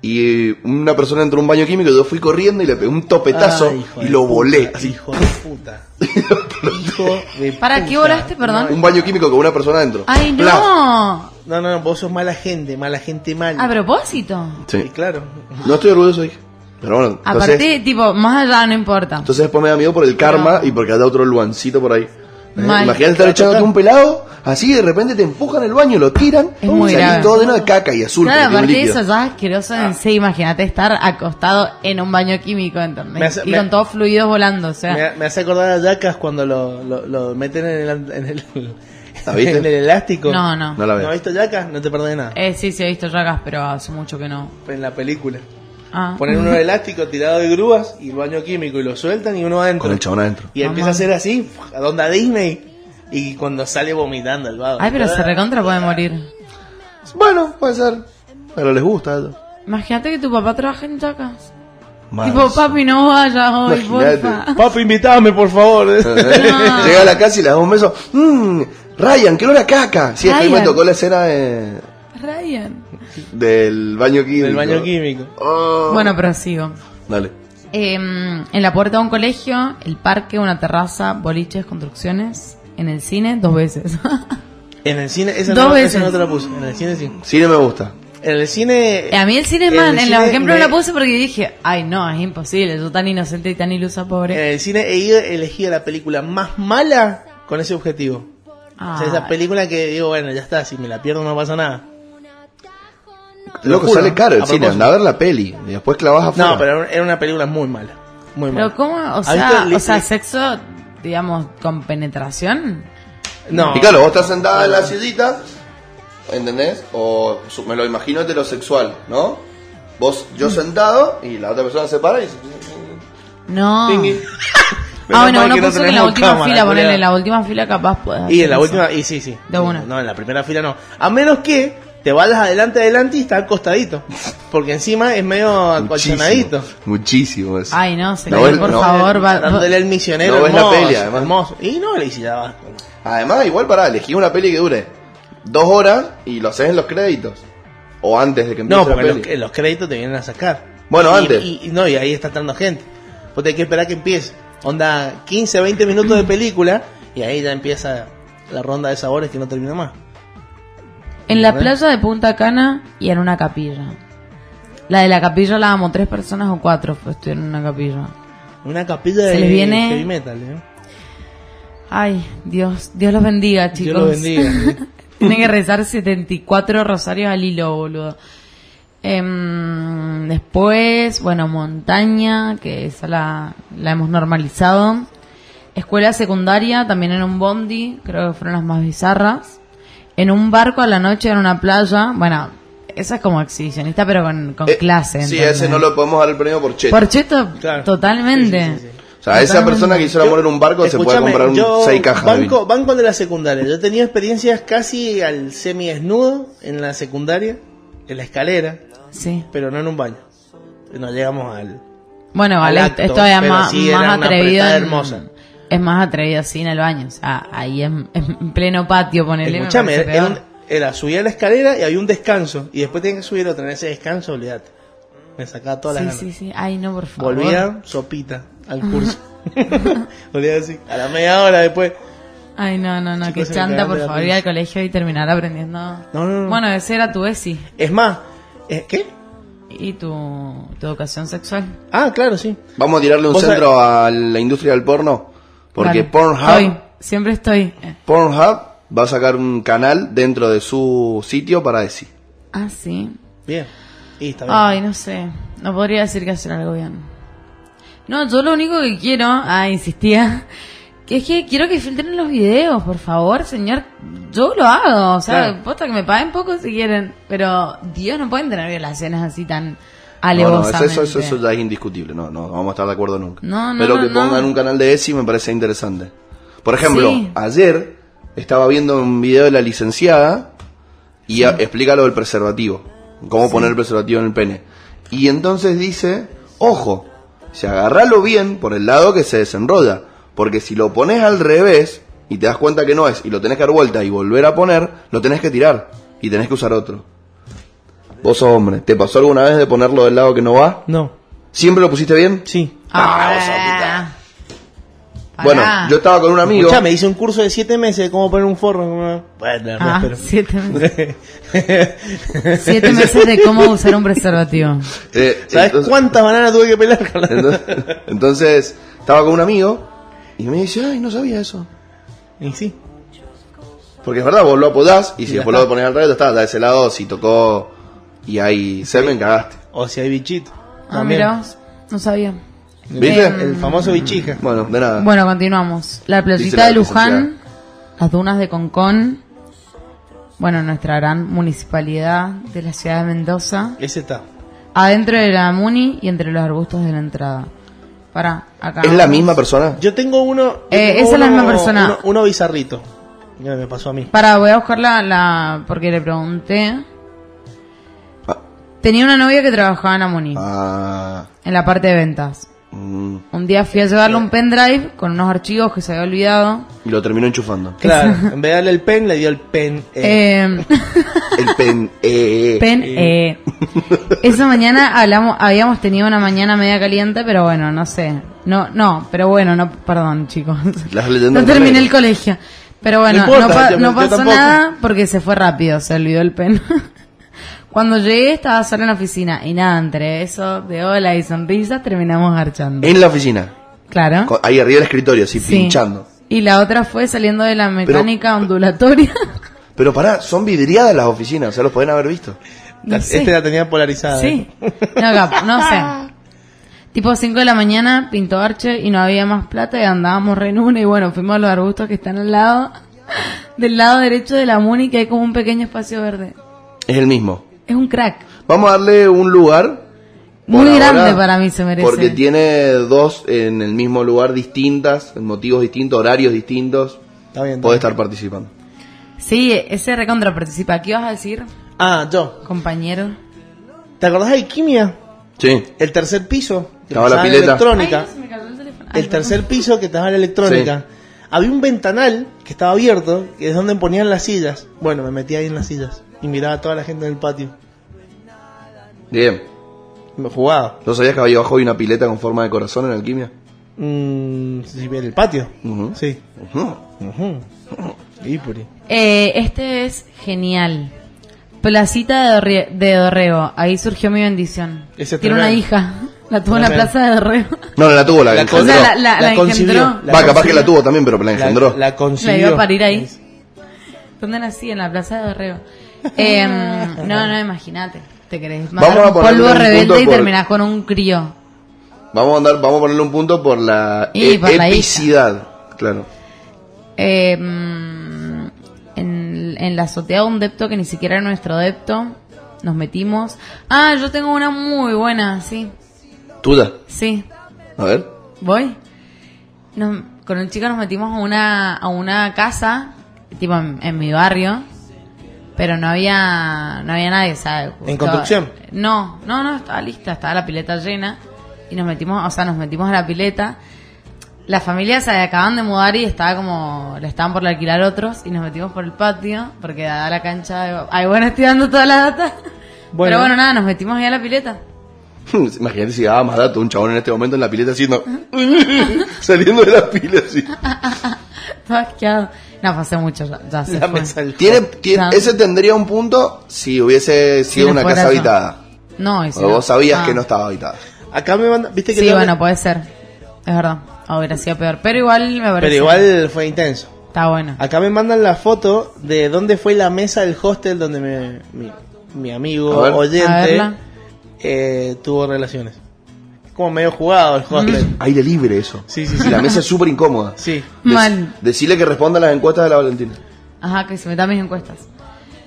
Y eh, una persona entró a un baño químico y yo fui corriendo y le pegué un topetazo
Ay, Ah, hijo
y
de
lo
puta,
volé. Así.
Hijo de puta. hijo de
¿Para qué
puta.
volaste, perdón?
Un baño químico con una persona adentro.
Ay, no,
Plaf.
No, no, no, vos sos mala gente, mala gente mal.
a propósito.
Sí.
claro.
No estoy orgulloso, dije. Pero bueno, entonces-
Aparte, tipo, más allá no importa.
Entonces después me da miedo por el karma y porque haya otro luancito por ahí. ¿Eh?
Mal.
Imagínate estar echándote un pelado, así de repente te empujan el baño, lo tiran,
Es muy
y salís
grave.
todo lleno de caca y azul.
claro,
porque
aparte de
tiene un
eso,
líquido.
ya es asqueroso en sí, imagínate estar acostado en un baño químico, ¿entendés?
Me hace-
y
me-
con todos fluidos volando, o sea.
Me, me hace acordar a Jackass cuando lo, lo, lo meten en el, en el,
¿La Ah, viste?
en el elástico.
No, no.
No la
¿No has
veo.
visto Jackass? No te perdés nada.
Eh, sí, sí, he visto ragas, pero hace mucho que no.
En la película.
Ah.
Ponen uno de elástico tirado de grúas y el baño químico y lo sueltan y uno adentro.
Con el chabón adentro.
Y empieza a hacer así, a onda Disney. Y cuando sale vomitando el vago. Ah.
Ay, pero se recontra puede morir.
Bueno, puede ser. Pero les gusta eso.
Imagínate que tu papá trabaja en chacas.
Más. Eh,
Tipo, papi, no vayas hoy,
Imagínate.
porfa.
Papi, invítame, por favor.
No.
Llega a la casa y le damos un beso. Mmm, Ryan, qué olor a caca. Sí, es que hoy me
Ryan.
tocó la escena de-
Ryan.
del baño químico.
Del baño químico.
Oh.
Bueno, Em, prosigo.
Dale.
Eh, en la puerta de un colegio, el parque, una terraza, boliches, construcciones. En el cine, dos veces.
En el cine, esa,
Dos
no, esa
veces.
no te la puse. En el cine sí.
Cine me gusta.
En el cine.
a mí el cine es
en
más, en los
cine
ejemplos
me-
la puse porque dije, ay no, es imposible, yo tan inocente y tan ilusa,
En
pobre.
el cine he ido- he elegido la película más mala con ese objetivo. O sea, esa
Ay.
película que digo, bueno, ya está, si me la pierdo no pasa nada. Te lo
Loco,
juro,
sale caro el
a
cine.
propósito.
Anda a ver la peli. Y después clavas afuera.
No, pero era una película muy mala. Muy mala.
Pero cómo, o
¿Has
sea,
visto?
o sea,
Le-
sexo, digamos, con penetración.
No.
Y claro, vos estás sentada en la sillita, ¿entendés? O su- me lo imagino heterosexual, ¿no? Vos,
Mm.
yo sentado y la otra persona se para y...
No.
Tingui.
Menos
Ah, bueno,
mal
uno
que no
puso que en la
tenemos
última
cámara,
fila,
culiao.
ponele, en la última fila capaz puedas
Y en
hacer
la
eso.
última, y sí, sí.
Ah, De una.
No, en la primera fila no. A menos que te vayas adelante, adelante y está al costadito. Porque encima es medio acolchonadito.
muchísimo eso.
Ay, no, se
No,
cayó,
bueno,
por
no.
favor. va-
Dándole el misionero.
No ves la
hermoso,
peli, además.
hermoso. Y no le ya va.
Además, igual para elegí una peli que dure dos horas y lo haces en los créditos. O antes de que empiece
No, porque
la
los,
peli.
los créditos te vienen a sacar.
Bueno,
Y-
antes.
Y, y no, y ahí está entrando gente. Vos tenés que esperar que empiece. Onda 15, 20 minutos de película y ahí ya empieza la ronda de sabores que no termina más.
En la
¿Verdad?
playa de Punta Cana y en una capilla. La de la capilla la amo, tres personas o cuatro pues, estuvieron en una capilla.
Una capilla
Se
de
les viene-
heavy metal, ¿eh?
Ay, Dios, Dios los bendiga, chicos.
Dios los bendiga. ¿eh?
Tiene que rezar 74 rosarios al hilo, boludo. Em, después, bueno, montaña, que esa la, la hemos normalizado. Escuela secundaria, también en un bondi, creo que fueron las más bizarras. En un barco a la noche en una playa. Bueno, esa es como exhibicionista, pero con, con
Eh,
clase.
Sí, a
¿entendés?
ese no lo podemos dar el premio por cheto.
Por cheto,
Claro.
totalmente.
Sí, sí, sí, sí.
O sea, esa
Totalmente.
persona que hizo el amor en un barco se puede
Escuchame,
comprar un,
yo
seis cajas de
banco,
vino.
banco de la secundaria. Yo he tenido experiencias casi al semi desnudo en la secundaria, en la escalera,
Sí.
pero no en un baño. No llegamos al.
Bueno,
al
vale,
acto,
es todavía
pero
más,
sí era
más
una
atrevido.
apretada
en-
hermosa.
Es más atrevido así en el baño. O sea, ahí en, en pleno patio, ponele. me
Escuchame,
parece
era, era
peor.
un- era subir a la escalera y había un descanso. Y después tenías que subir otra. En ese descanso, olvídate. Me sacaba todas
Sí,
las
sí,
ganas.
sí. Ay, no, por favor.
Volvía sopita al curso. Volvía así. A la media hora después.
Ay, no, no, no.
Chicos,
Que
se me
chanta,
cagaron
por
de la
favor, ir
risa.
al colegio y terminar aprendiendo.
no, no.
Bueno, ese era tu ESI.
Es más, eh, ¿qué?
Y tu, tu educación sexual.
Ah, claro, sí.
Vamos a tirarle un
Vos sabés-
centro a la industria del porno. Porque
Dale.
Pornhub...
Estoy, siempre estoy. Eh,
Pornhub va a sacar un canal dentro de su sitio para decir.
Ah, sí.
Bien. Y está bien.
Ay, no sé. No podría decir que hacer algo bien. No, yo lo único que quiero, ah, insistía, que es que quiero que filtren los videos, por favor, señor. Yo lo hago, o sea,
Claro.
posta que me paguen poco si quieren, pero Dios no pueden tener violaciones así
No,
tan
no, eso,
alevosamente.
eso, eso- eso ya es indiscutible, no, no, no vamos a estar de acuerdo nunca.
No, no,
Pero
no,
que
no.
pongan un canal de ESI me parece interesante. Por ejemplo,
Sí.
ayer estaba viendo un video de la licenciada y a- explica lo del preservativo, cómo poner el preservativo en el pene. Y entonces dice, ojo, si agarralo bien por el lado que se desenrolla, porque si lo pones al revés y te das cuenta que no es y lo tenés que dar vuelta y volver a poner, lo tenés que tirar y tenés que usar otro. Vos sos hombre, ¿te pasó alguna vez de ponerlo del lado que no va?
No.
¿Siempre lo pusiste bien?
Sí.
Ah, vos sos
Ah, pará.
Bueno, yo estaba con un amigo.
Escuchá, me hice un curso de 7 meses de cómo poner un forro. ¿no? Bueno, la
Ah,
respeto.
siete meses. Siete meses de cómo usar un preservativo.
eh,
¿Sabes
entonces-
cuántas bananas tuve que pelar? Carlos?
entonces, entonces, estaba con un amigo y me dice, ay, no sabía eso.
y sí.
Porque es verdad, vos lo apodás y si
Y ya
después
está.
lo pones al revés, ya está, está de ese lado, si tocó y ahí se me cagaste.
O si hay bichito.
Ah,
También.
mira, vos, no sabía.
¿Viste?
El famoso bichija.
Bueno, de nada.
Bueno, continuamos. La
Dice
playita
la
de Luján, las dunas de Concón, bueno, nuestra gran municipalidad de la ciudad de Mendoza,
Ese está.
adentro de la Muni y entre los arbustos de la entrada. Para, acá.
¿Es la misma persona?
Yo tengo uno. yo
Eh,
tengo
esa es la
uno-
misma persona.
Uno, uno bizarrito. Mira, me pasó a mí.
Para, voy a buscar la, la- porque le pregunté.
Ah.
Tenía una novia que trabajaba en la Muni,
Ah,
en la parte de ventas.
mm,
Un día fui a llevarle un pendrive con unos archivos que se había olvidado.
y lo terminó enchufando.
Claro, en vez de darle el pen, le dio el pen. eh.
Eh,
El pen... eh, eh.
Pen, eh. Esa mañana hablamos, habíamos tenido una mañana media caliente, pero bueno, no sé. No, no, pero bueno, no, perdón, chicos.
Las leyendas
No terminé
negras.
el colegio. Pero bueno,
No importa,
no, pa-
yo-
no
yo
pasó
tampoco.
nada porque se fue rápido, se olvidó el pen. Cuando llegué estaba sola en la oficina y nada, entre eso de hola y sonrisas terminamos
Eh,
archando.
En la oficina.
Claro.
co- Ahí arriba del escritorio, así,
¿Ah? Sí.
pinchando.
Y la otra fue saliendo de la mecánica ondulatoria.
Pero pará, son vidriadas las oficinas, o sea, los pueden haber visto.
No sé.
Este la tenía polarizada. eh.
Sí. No, cap- no sé. Tipo 5 de la mañana pintó Arche y no había más plata y andábamos re en una y bueno, fuimos a los arbustos que están al lado, del lado derecho de la MUNI que hay como un pequeño espacio verde.
Es el mismo.
Es un crack.
Vamos a darle un lugar. por
Muy
ahora,
grande para mí se merece.
Porque tiene dos en el mismo lugar distintas, motivos distintos, horarios distintos.
Está bien.
Podés
está
estar participando.
Sí, ese recontra participa. ¿Qué vas a decir,
bien. Ah, yo.
compañero?
¿Te acordás de Alquimia?
Sí.
El tercer piso. Que
Estaba la
pasaba en
pileta.
electrónica.
Ay, se me cayó el teléfono. Ay,
el tercer piso que estaba en la electrónica. Había un ventanal que estaba abierto, que es donde ponían las sillas. Bueno, me metía ahí en las sillas y miraba a toda la gente en el patio.
Bien.
Me jugaba.
¿No sabías que había abajo hay una pileta con forma de corazón en alquimia?
Mm, sí, en el patio.
Ujú.
Sí.
Ujú.
Ujú. Y por ahí.
Eh, este es genial. Placita de, Dorre- de Dorrego. Ahí surgió mi bendición.
Ese
Tiene una
tremendo.
hija. La tuvo en la
Tremendo.
plaza de Dorrego.
No, no la tuvo, la,
La
engendró.
O sea, la- la-
concibió,
engendró.
Va, capaz que la tuvo también, pero la
La,
engendró.
la
La
concibió.
iba a parir ahí. ¿Dónde nací? En la plaza de Dorrego. Em, no, no, imagínate. Te querés mandar
Vamos a
un polvo
ponerle un punto
rebelde y
por-
terminás con un crío.
Vamos a andar, vamos a ponerle un punto por la
Y
e-
por la
epicidad. claro.
Eh, mm, en, en la azotea de un depto que ni siquiera era nuestro depto. Nos metimos. Ah, yo tengo una muy buena, sí.
Tuya.
Sí.
A ver.
¿Voy? Nos- con un chico nos metimos a una, a una casa, tipo en, en mi barrio, pero no había, no había nadie, ¿sabes?
¿En construcción?
No, no, no, estaba lista, estaba la pileta llena y nos metimos, o sea, nos metimos a la pileta. Las familias se acaban de mudar y estaba como, le estaban por alquilar otros y nos metimos por el patio porque da la cancha. de- Ay, bueno, estoy dando toda la data.
Bueno.
Pero bueno, nada, nos metimos ahí a la pileta.
Imagínate si daba más dato un chabón en este momento en la pileta haciendo. saliendo de la pila así.
Todo asqueado. No, pasé mucho, ya, ya se
La
fue.
mesa del-
Tiene, tiene-
Ya.
ese tendría un punto si hubiese sido
Tiene
una
fuera
casa
eso.
habitada.
No, y si
O vos sabías
Ah.
que no estaba habitada.
Acá me manda, viste que
Sí,
yo-
bueno, puede ser. Es verdad. Hubiera sido peor. Pero igual me parece.
pero igual fue intenso.
Está bueno.
Acá me mandan la foto de dónde fue la mesa del hostel donde me- mi, mi amigo
A ver.
A
oyente
verla.
eh, tuvo relaciones. Como medio jugado el
Mm.
hostel.
Aire libre eso.
Sí, sí,
Y
sí.
La mesa es súper incómoda.
Sí.
Dec-
Mal.
Decirle que responda a las encuestas de la Valentina.
Ajá, que se metan mis encuestas.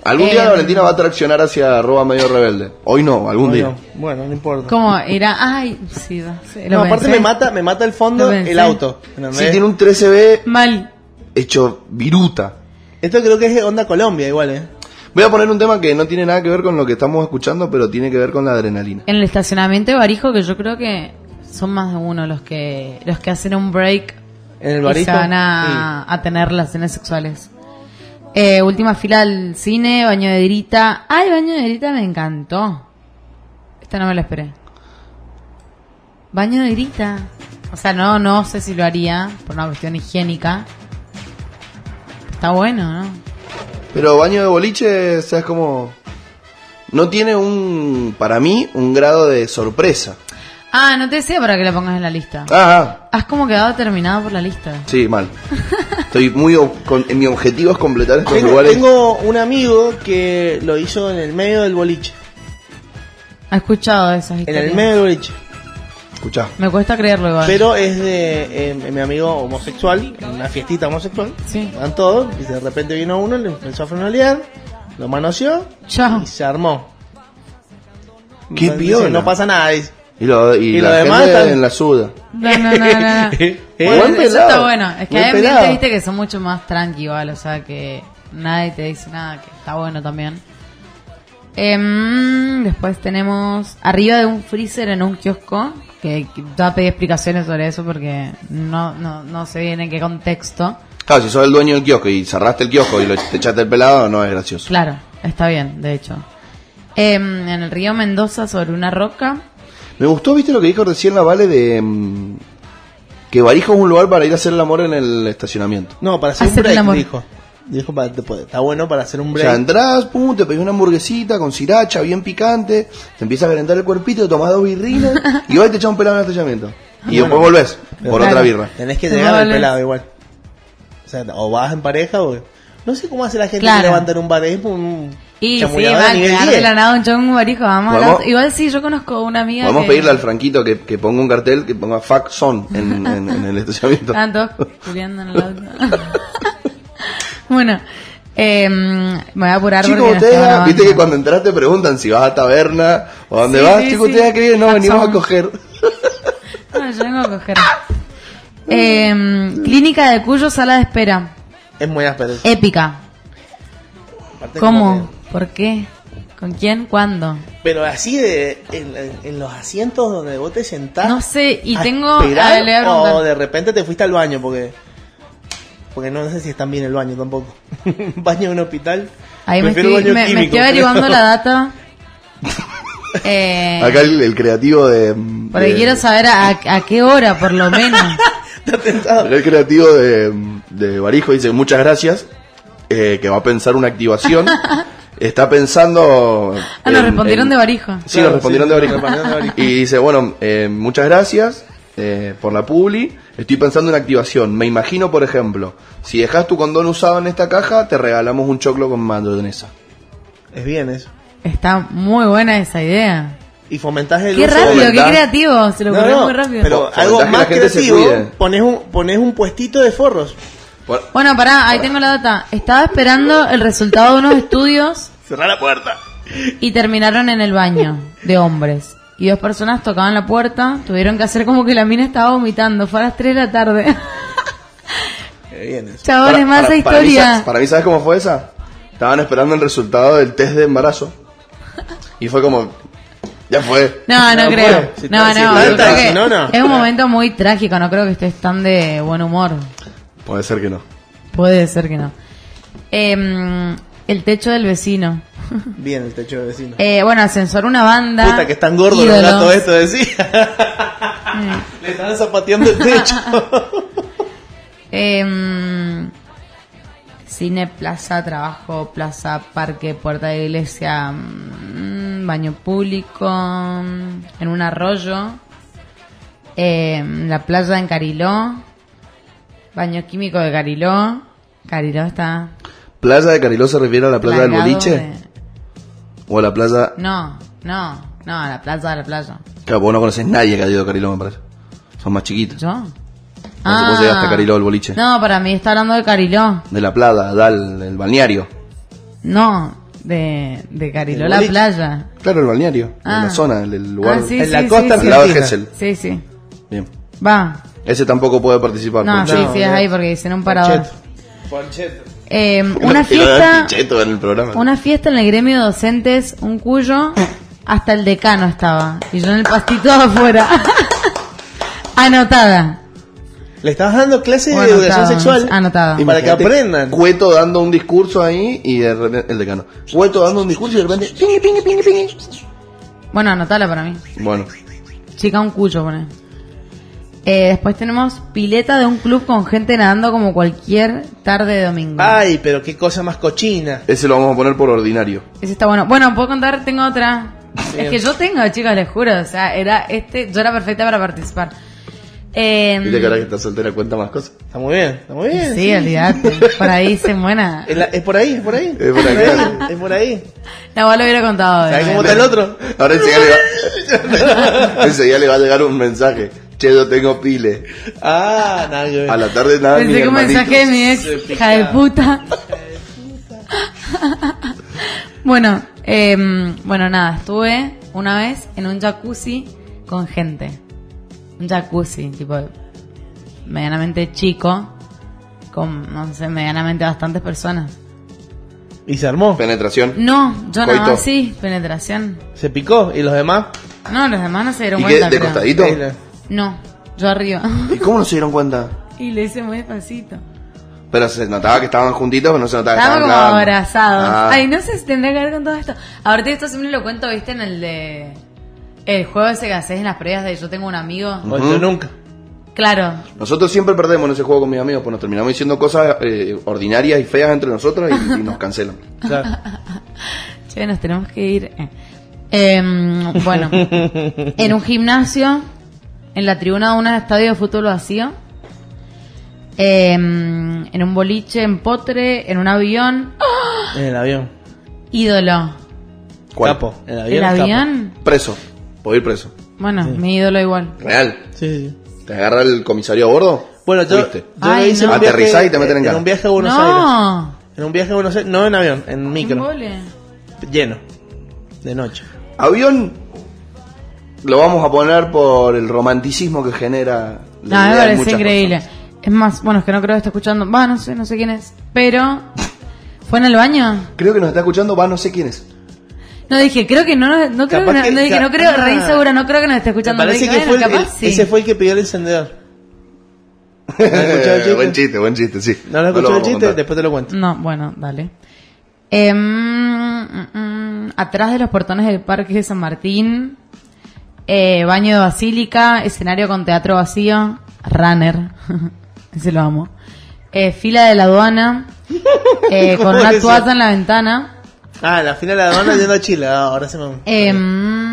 Algún día
Eh,
la Valentina va a traccionar hacia arroba medio rebelde. Hoy no, algún día.
Bueno, bueno, no importa.
Como era. Ay, sí, da- sí, lo
No, aparte
pensé.
me mata, me mata el fondo
Lo pensé.
el auto. ¿entendés?
Sí, tiene un 13B
Mal.
hecho viruta.
Esto creo que es onda Colombia igual, eh.
Voy a poner un tema que no tiene nada que ver con lo que estamos escuchando, pero tiene que ver con la adrenalina.
En el estacionamiento de Barijo, que yo creo que son más de uno los que los que hacen un break
En el
y se
barista.
van a, a tener relaciones sexuales. Eh, última fila al cine, baño de grita. Ay, baño de grita me encantó. Esta no me la esperé. Baño de grita. O sea, no, no sé si lo haría por una cuestión higiénica. Está bueno, ¿no?
Pero baño de boliche, o sea, es como... No tiene un, para mí, un grado de sorpresa.
Ah, no te decía para que la pongas en la lista.
Ah,
Has como quedado terminado por la lista.
ah, sí, mal. Estoy muy... ob- con- mi objetivo es completar estos
Tengo,
lugares.
tengo un amigo que lo hizo en el medio del boliche.
¿Has escuchado esas
En
historias?
el medio del boliche.
Escuchá.
Me cuesta creerlo igual.
Pero es de eh, mi amigo homosexual, en una fiestita homosexual.
Sí.
Van todos, y de repente vino uno, le empezó a frenalear, lo manoseó
Chao.
y se armó.
¡Qué
Entonces,
piola!
No pasa nada. dice.
Y, lo- y
Y
la
lo demás
gente
están-
en la suda.
No, no, no, no, no.
Eh,
Bueno,
buen
eso
pelado.
está bueno. Es que
Buen
hay ambientes,
pelado.
viste, que son mucho más tranqui, igual, o sea, que nadie te dice nada, que está bueno también. Em, después tenemos arriba de un freezer en un kiosco, que que ya pedí explicaciones sobre eso porque no, no, no sé bien en qué contexto.
Claro, si sos el dueño del kiosco y cerraste el kiosco y lo, te echaste el pelado, no es gracioso.
Claro, está bien, de hecho. Em, en el río Mendoza, sobre una roca,
Me gustó, viste lo que dijo recién la Vale de... mm, Que Barijo es un lugar para ir a hacer el amor en el estacionamiento.
No, para hacer
Hacer el
un break,
amor.
dijo. Dijo, para, te puede- está bueno para hacer un
O
break.
sea, entras, pum, te pedís una hamburguesita con siracha bien picante, te empiezas a calentar el cuerpito, tomás dos birrinas y vas y te echas un pelado en el estacionamiento. Y después volvés por
Claro.
otra birra.
Tenés que
No
llegar al
vale.
pelado igual. O sea, o vas en pareja o... No sé cómo hace la gente
Claro.
que levanta en un bar. Es un
Y sí,
chamullador
va
de
a
nivel
quedar
10.
de la nada un chon barijo, vamos a
Vamos.
hablar- Igual sí, yo conozco una amiga
Podemos
que-
pedirle al Franquito que, que ponga un cartel que ponga fuck son en, en- en el estacionamiento.
Estaban todos culiando en el auto. bueno, eh, me voy a apurar
Chico
porque nos está
Botella,
grabando.
viste que cuando entras te preguntan si vas a taberna o a dónde
Sí,
vas.
sí,
Chico
sí.
Botella, querido, no,
Fuck
venimos a
son.
coger.
No, Ah, yo vengo a coger. Eh, clínica de Cuyo, sala de espera.
Es muy áspero.
Épica.
Aparte
¿Cómo?
como que-
¿Por qué? ¿Con quién? ¿Cuándo?
Pero así de, en, en- en los asientos donde vos te sentás.
No sé, y
¿Ah? a
tengo-
esperar,
a ver, le voy a preguntar.
o de repente te fuiste al baño porque... Porque no, sé si están bien el baño tampoco. Un baño en un hospital.
Ahí me
prefiero
estoy,
un
me, me estoy
creo.
averiguando la data. Eh,
Acá el, el creativo de.
porque
de-
quiero saber a, a qué hora, por lo menos.
Está tentado.
Acá El creativo de, de Barijo dice muchas gracias, eh, que va a pensar una activación. Está pensando...
Ah, nos
en-
respondieron
en-
de barijo.
Sí,
Claro,
nos respondieron
sí,
de
nos respondieron de
Barijo.
Barijo.
Y dice, bueno, eh, muchas gracias eh, por la publi. Estoy pensando en una activación. Me imagino, por ejemplo, si dejas tu condón usado en esta caja, te regalamos un choclo con mayonesa.
Es bien eso.
Está muy buena esa idea.
Y fomentás el
Qué
uso-
rápido, qué
fomentar.
creativo. Se lo
No,
ocurrió
no,
muy rápido.
Pero
Fomentar
algo
que la
más
gente se
creativo,
cuide.
pones un, pones un puestito de forros.
Bueno,
Bueno, pará, ahí tengo la data. Estaba esperando el resultado de unos estudios
Cerrá la puerta.
y terminaron en el baño de hombres. Y dos personas tocaban la puerta, tuvieron que hacer como que la mina estaba vomitando. Fue a las 3 de la tarde.
Qué bien eso.
Chavales, más esa
para mí,
historia.
sa- para mí, ¿sabes cómo fue esa? Estaban esperando el resultado del test de embarazo. Y fue como... Ya fue.
No, no,
No,
creo.
bueno, si
no,
está- si
no,
está-
yo creo
si
que
no, no.
Es un momento muy trágico, no creo que estés tan de buen humor.
Puede ser que no.
Puede ser que no. Em, el techo del vecino.
Bien el techo de vecino.
Eh, bueno, ascensor una banda.
Puta que están gordos los
ídolos.
gatos eh, esto decía.
Eh.
Le están zapateando el techo.
Em, cine, plaza, trabajo, plaza, parque, puerta de iglesia, mm, baño público, mm, en un arroyo, em, la playa en Cariló, baño químico de Cariló. Cariló está.
¿Playa de Cariló se refiere a la playa del
plagado
boliche?
de-
¿O a la playa
No, no, no, la plaza, la playa.
Claro, vos no conocés nadie que ha ido a Cariló, me parece. Son más chiquitos.
¿Yo?
Ah, vos llegaste a Cariló, el boliche.
No, para mí está hablando de Cariló.
De la Plata, Dal, el balneario.
No, de, de Cariló
El
la
boliche.
playa.
Claro, el balneario.
Ah.
En la zona, el, el lugar.
Ah, sí,
en la
sí,
costa
sí, sí.
al lado de
argentina.
Gessel.
Sí, sí.
Bien.
Va.
Ese tampoco puede participar.
No,
Poncheto.
sí,
Ah, No,
sí, es
no.
ahí porque dicen un parador.
Poncheto. Poncheto.
Eh, una
Quiero dar
fiesta,
Pincheto en el programa.
una fiesta en el gremio de docentes, un cuyo hasta el decano estaba y yo en el pastito afuera. Anotada.
Le estabas dando clases
Bueno,
de educación
está,
sexual.
anotado.
Para que
Imagínate,
aprendan.
Cueto dando un discurso ahí y de repente, el decano. Cueto dando un discurso y de repente, pingue, pingue, pingue, pingue.
Bueno, anotala para mí.
Bueno,
Chica un cuyo, pone. Eh, después tenemos pileta de un club con gente nadando como cualquier tarde de domingo.
Ay, pero qué cosa más cochina.
ese lo vamos a poner por ordinario.
Ese está bueno. Bueno, puedo contar, tengo otra. Es que yo tengo, chicos, les juro. O sea, era este, yo era perfecta para participar. Eh,
Viste que ahora que estás soltera cuenta más cosas.
Está muy bien, está muy bien.
sí, olvidate. Por ahí dicen buena.
Es, la- es por ahí, es por ahí.
Es por ahí, claro.
es por ahí.
La abuela hubiera contado.
¿Sabes
¿no?
cómo está el otro?
Ahora enseguida le va, enseguida le va a llegar un mensaje. Che, yo tengo pile.
Ah, nada que ver.
A la tarde nada
Pensé
mi
que un
hermanito.
mensaje de mi ex,
Se pica.
hija de puta. bueno, eh, bueno, nada, estuve una vez en un jacuzzi con gente. Un jacuzzi, tipo, medianamente chico, con, no sé, medianamente bastantes personas.
Y se armó.
Penetración.
No, yo nada
Coito.
más sí, penetración.
Se picó. ¿Y los demás?
No, los demás no se dieron
¿Y qué?
cuenta.
¿De
creo.
costadito?
Ahí la-
No, yo arriba.
¿Y cómo no se dieron cuenta?
y le hice muy despacito.
Pero se notaba que estaban juntitos, pero no se notaba que
Estábamos
estaban
como
clavando.
abrazados.
Ah.
Ay, no sé si tendrá que ver con todo esto. Ahorita esto siempre lo cuento, viste, en el de... El juego ese que haces en las previas de Yo tengo un amigo.
O yo nunca.
Claro.
Nosotros siempre perdemos en ese juego con mis amigos, pues nos terminamos diciendo cosas eh, ordinarias y feas entre nosotros y, y nos cancelan.
Claro.
Che, nos tenemos que ir. Eh. Em, bueno, en un gimnasio, en la tribuna de un estadio de fútbol vacío, em, en un boliche, en potre, en un avión.
¡Oh!
¡Ah!
En el avión.
Ídolo.
¿Cuál?
Capo. En el
¿El
avión. capo.
avión?
Preso. Puedo ir preso.
Bueno, mi ídolo igual.
Real.
Sí, sí, sí.
¿Te agarra el comisario a bordo?
Bueno, yo,
Fuiste.
yo
Ay,
hice
no.
un viaje-
Aterrizá y te meten en
En
cana.
un viaje a Buenos Aires.
no.
En un viaje a Buenos Aires. No en avión, en
¿Qué
micro.
embole?
Lleno. De noche.
Avión lo vamos a poner por el romanticismo que genera.
No,
la idea
me
de
parece
muchas
increíble.
personas.
Es más, bueno, es que no creo que esté escuchando. Va, no sé, no sé quién es. Pero. ¿Fue en el baño?
Creo que nos está escuchando, va, no sé quién es.
No dije, creo que no, no, creo que
Capaz
no,
que-
no dije, no creo,
ah.
re insegura, no creo que nos esté
Me
escuchando.
parece
Dije,
que fue
bueno,
el- el-
capaz sí.
ese fue el que pidió el encendedor. ¿No lo escuchó el
Eh, buen
chiste?
chiste, buen chiste, sí.
¿No lo
No
escuchó el
vamos a
chiste?
contar.
Después te lo cuento.
No, bueno, dale. Em, mm, mm, atrás de los portones del Parque de San Martín, eh, baño de basílica, escenario con teatro vacío, runner, ese lo amo, Eh, fila de la aduana, eh,
¿Cómo
con una
eso?
tuata en la ventana,
Ah, la final de la aduana yendo a Chile. Ah, ahora se
Eh.
me.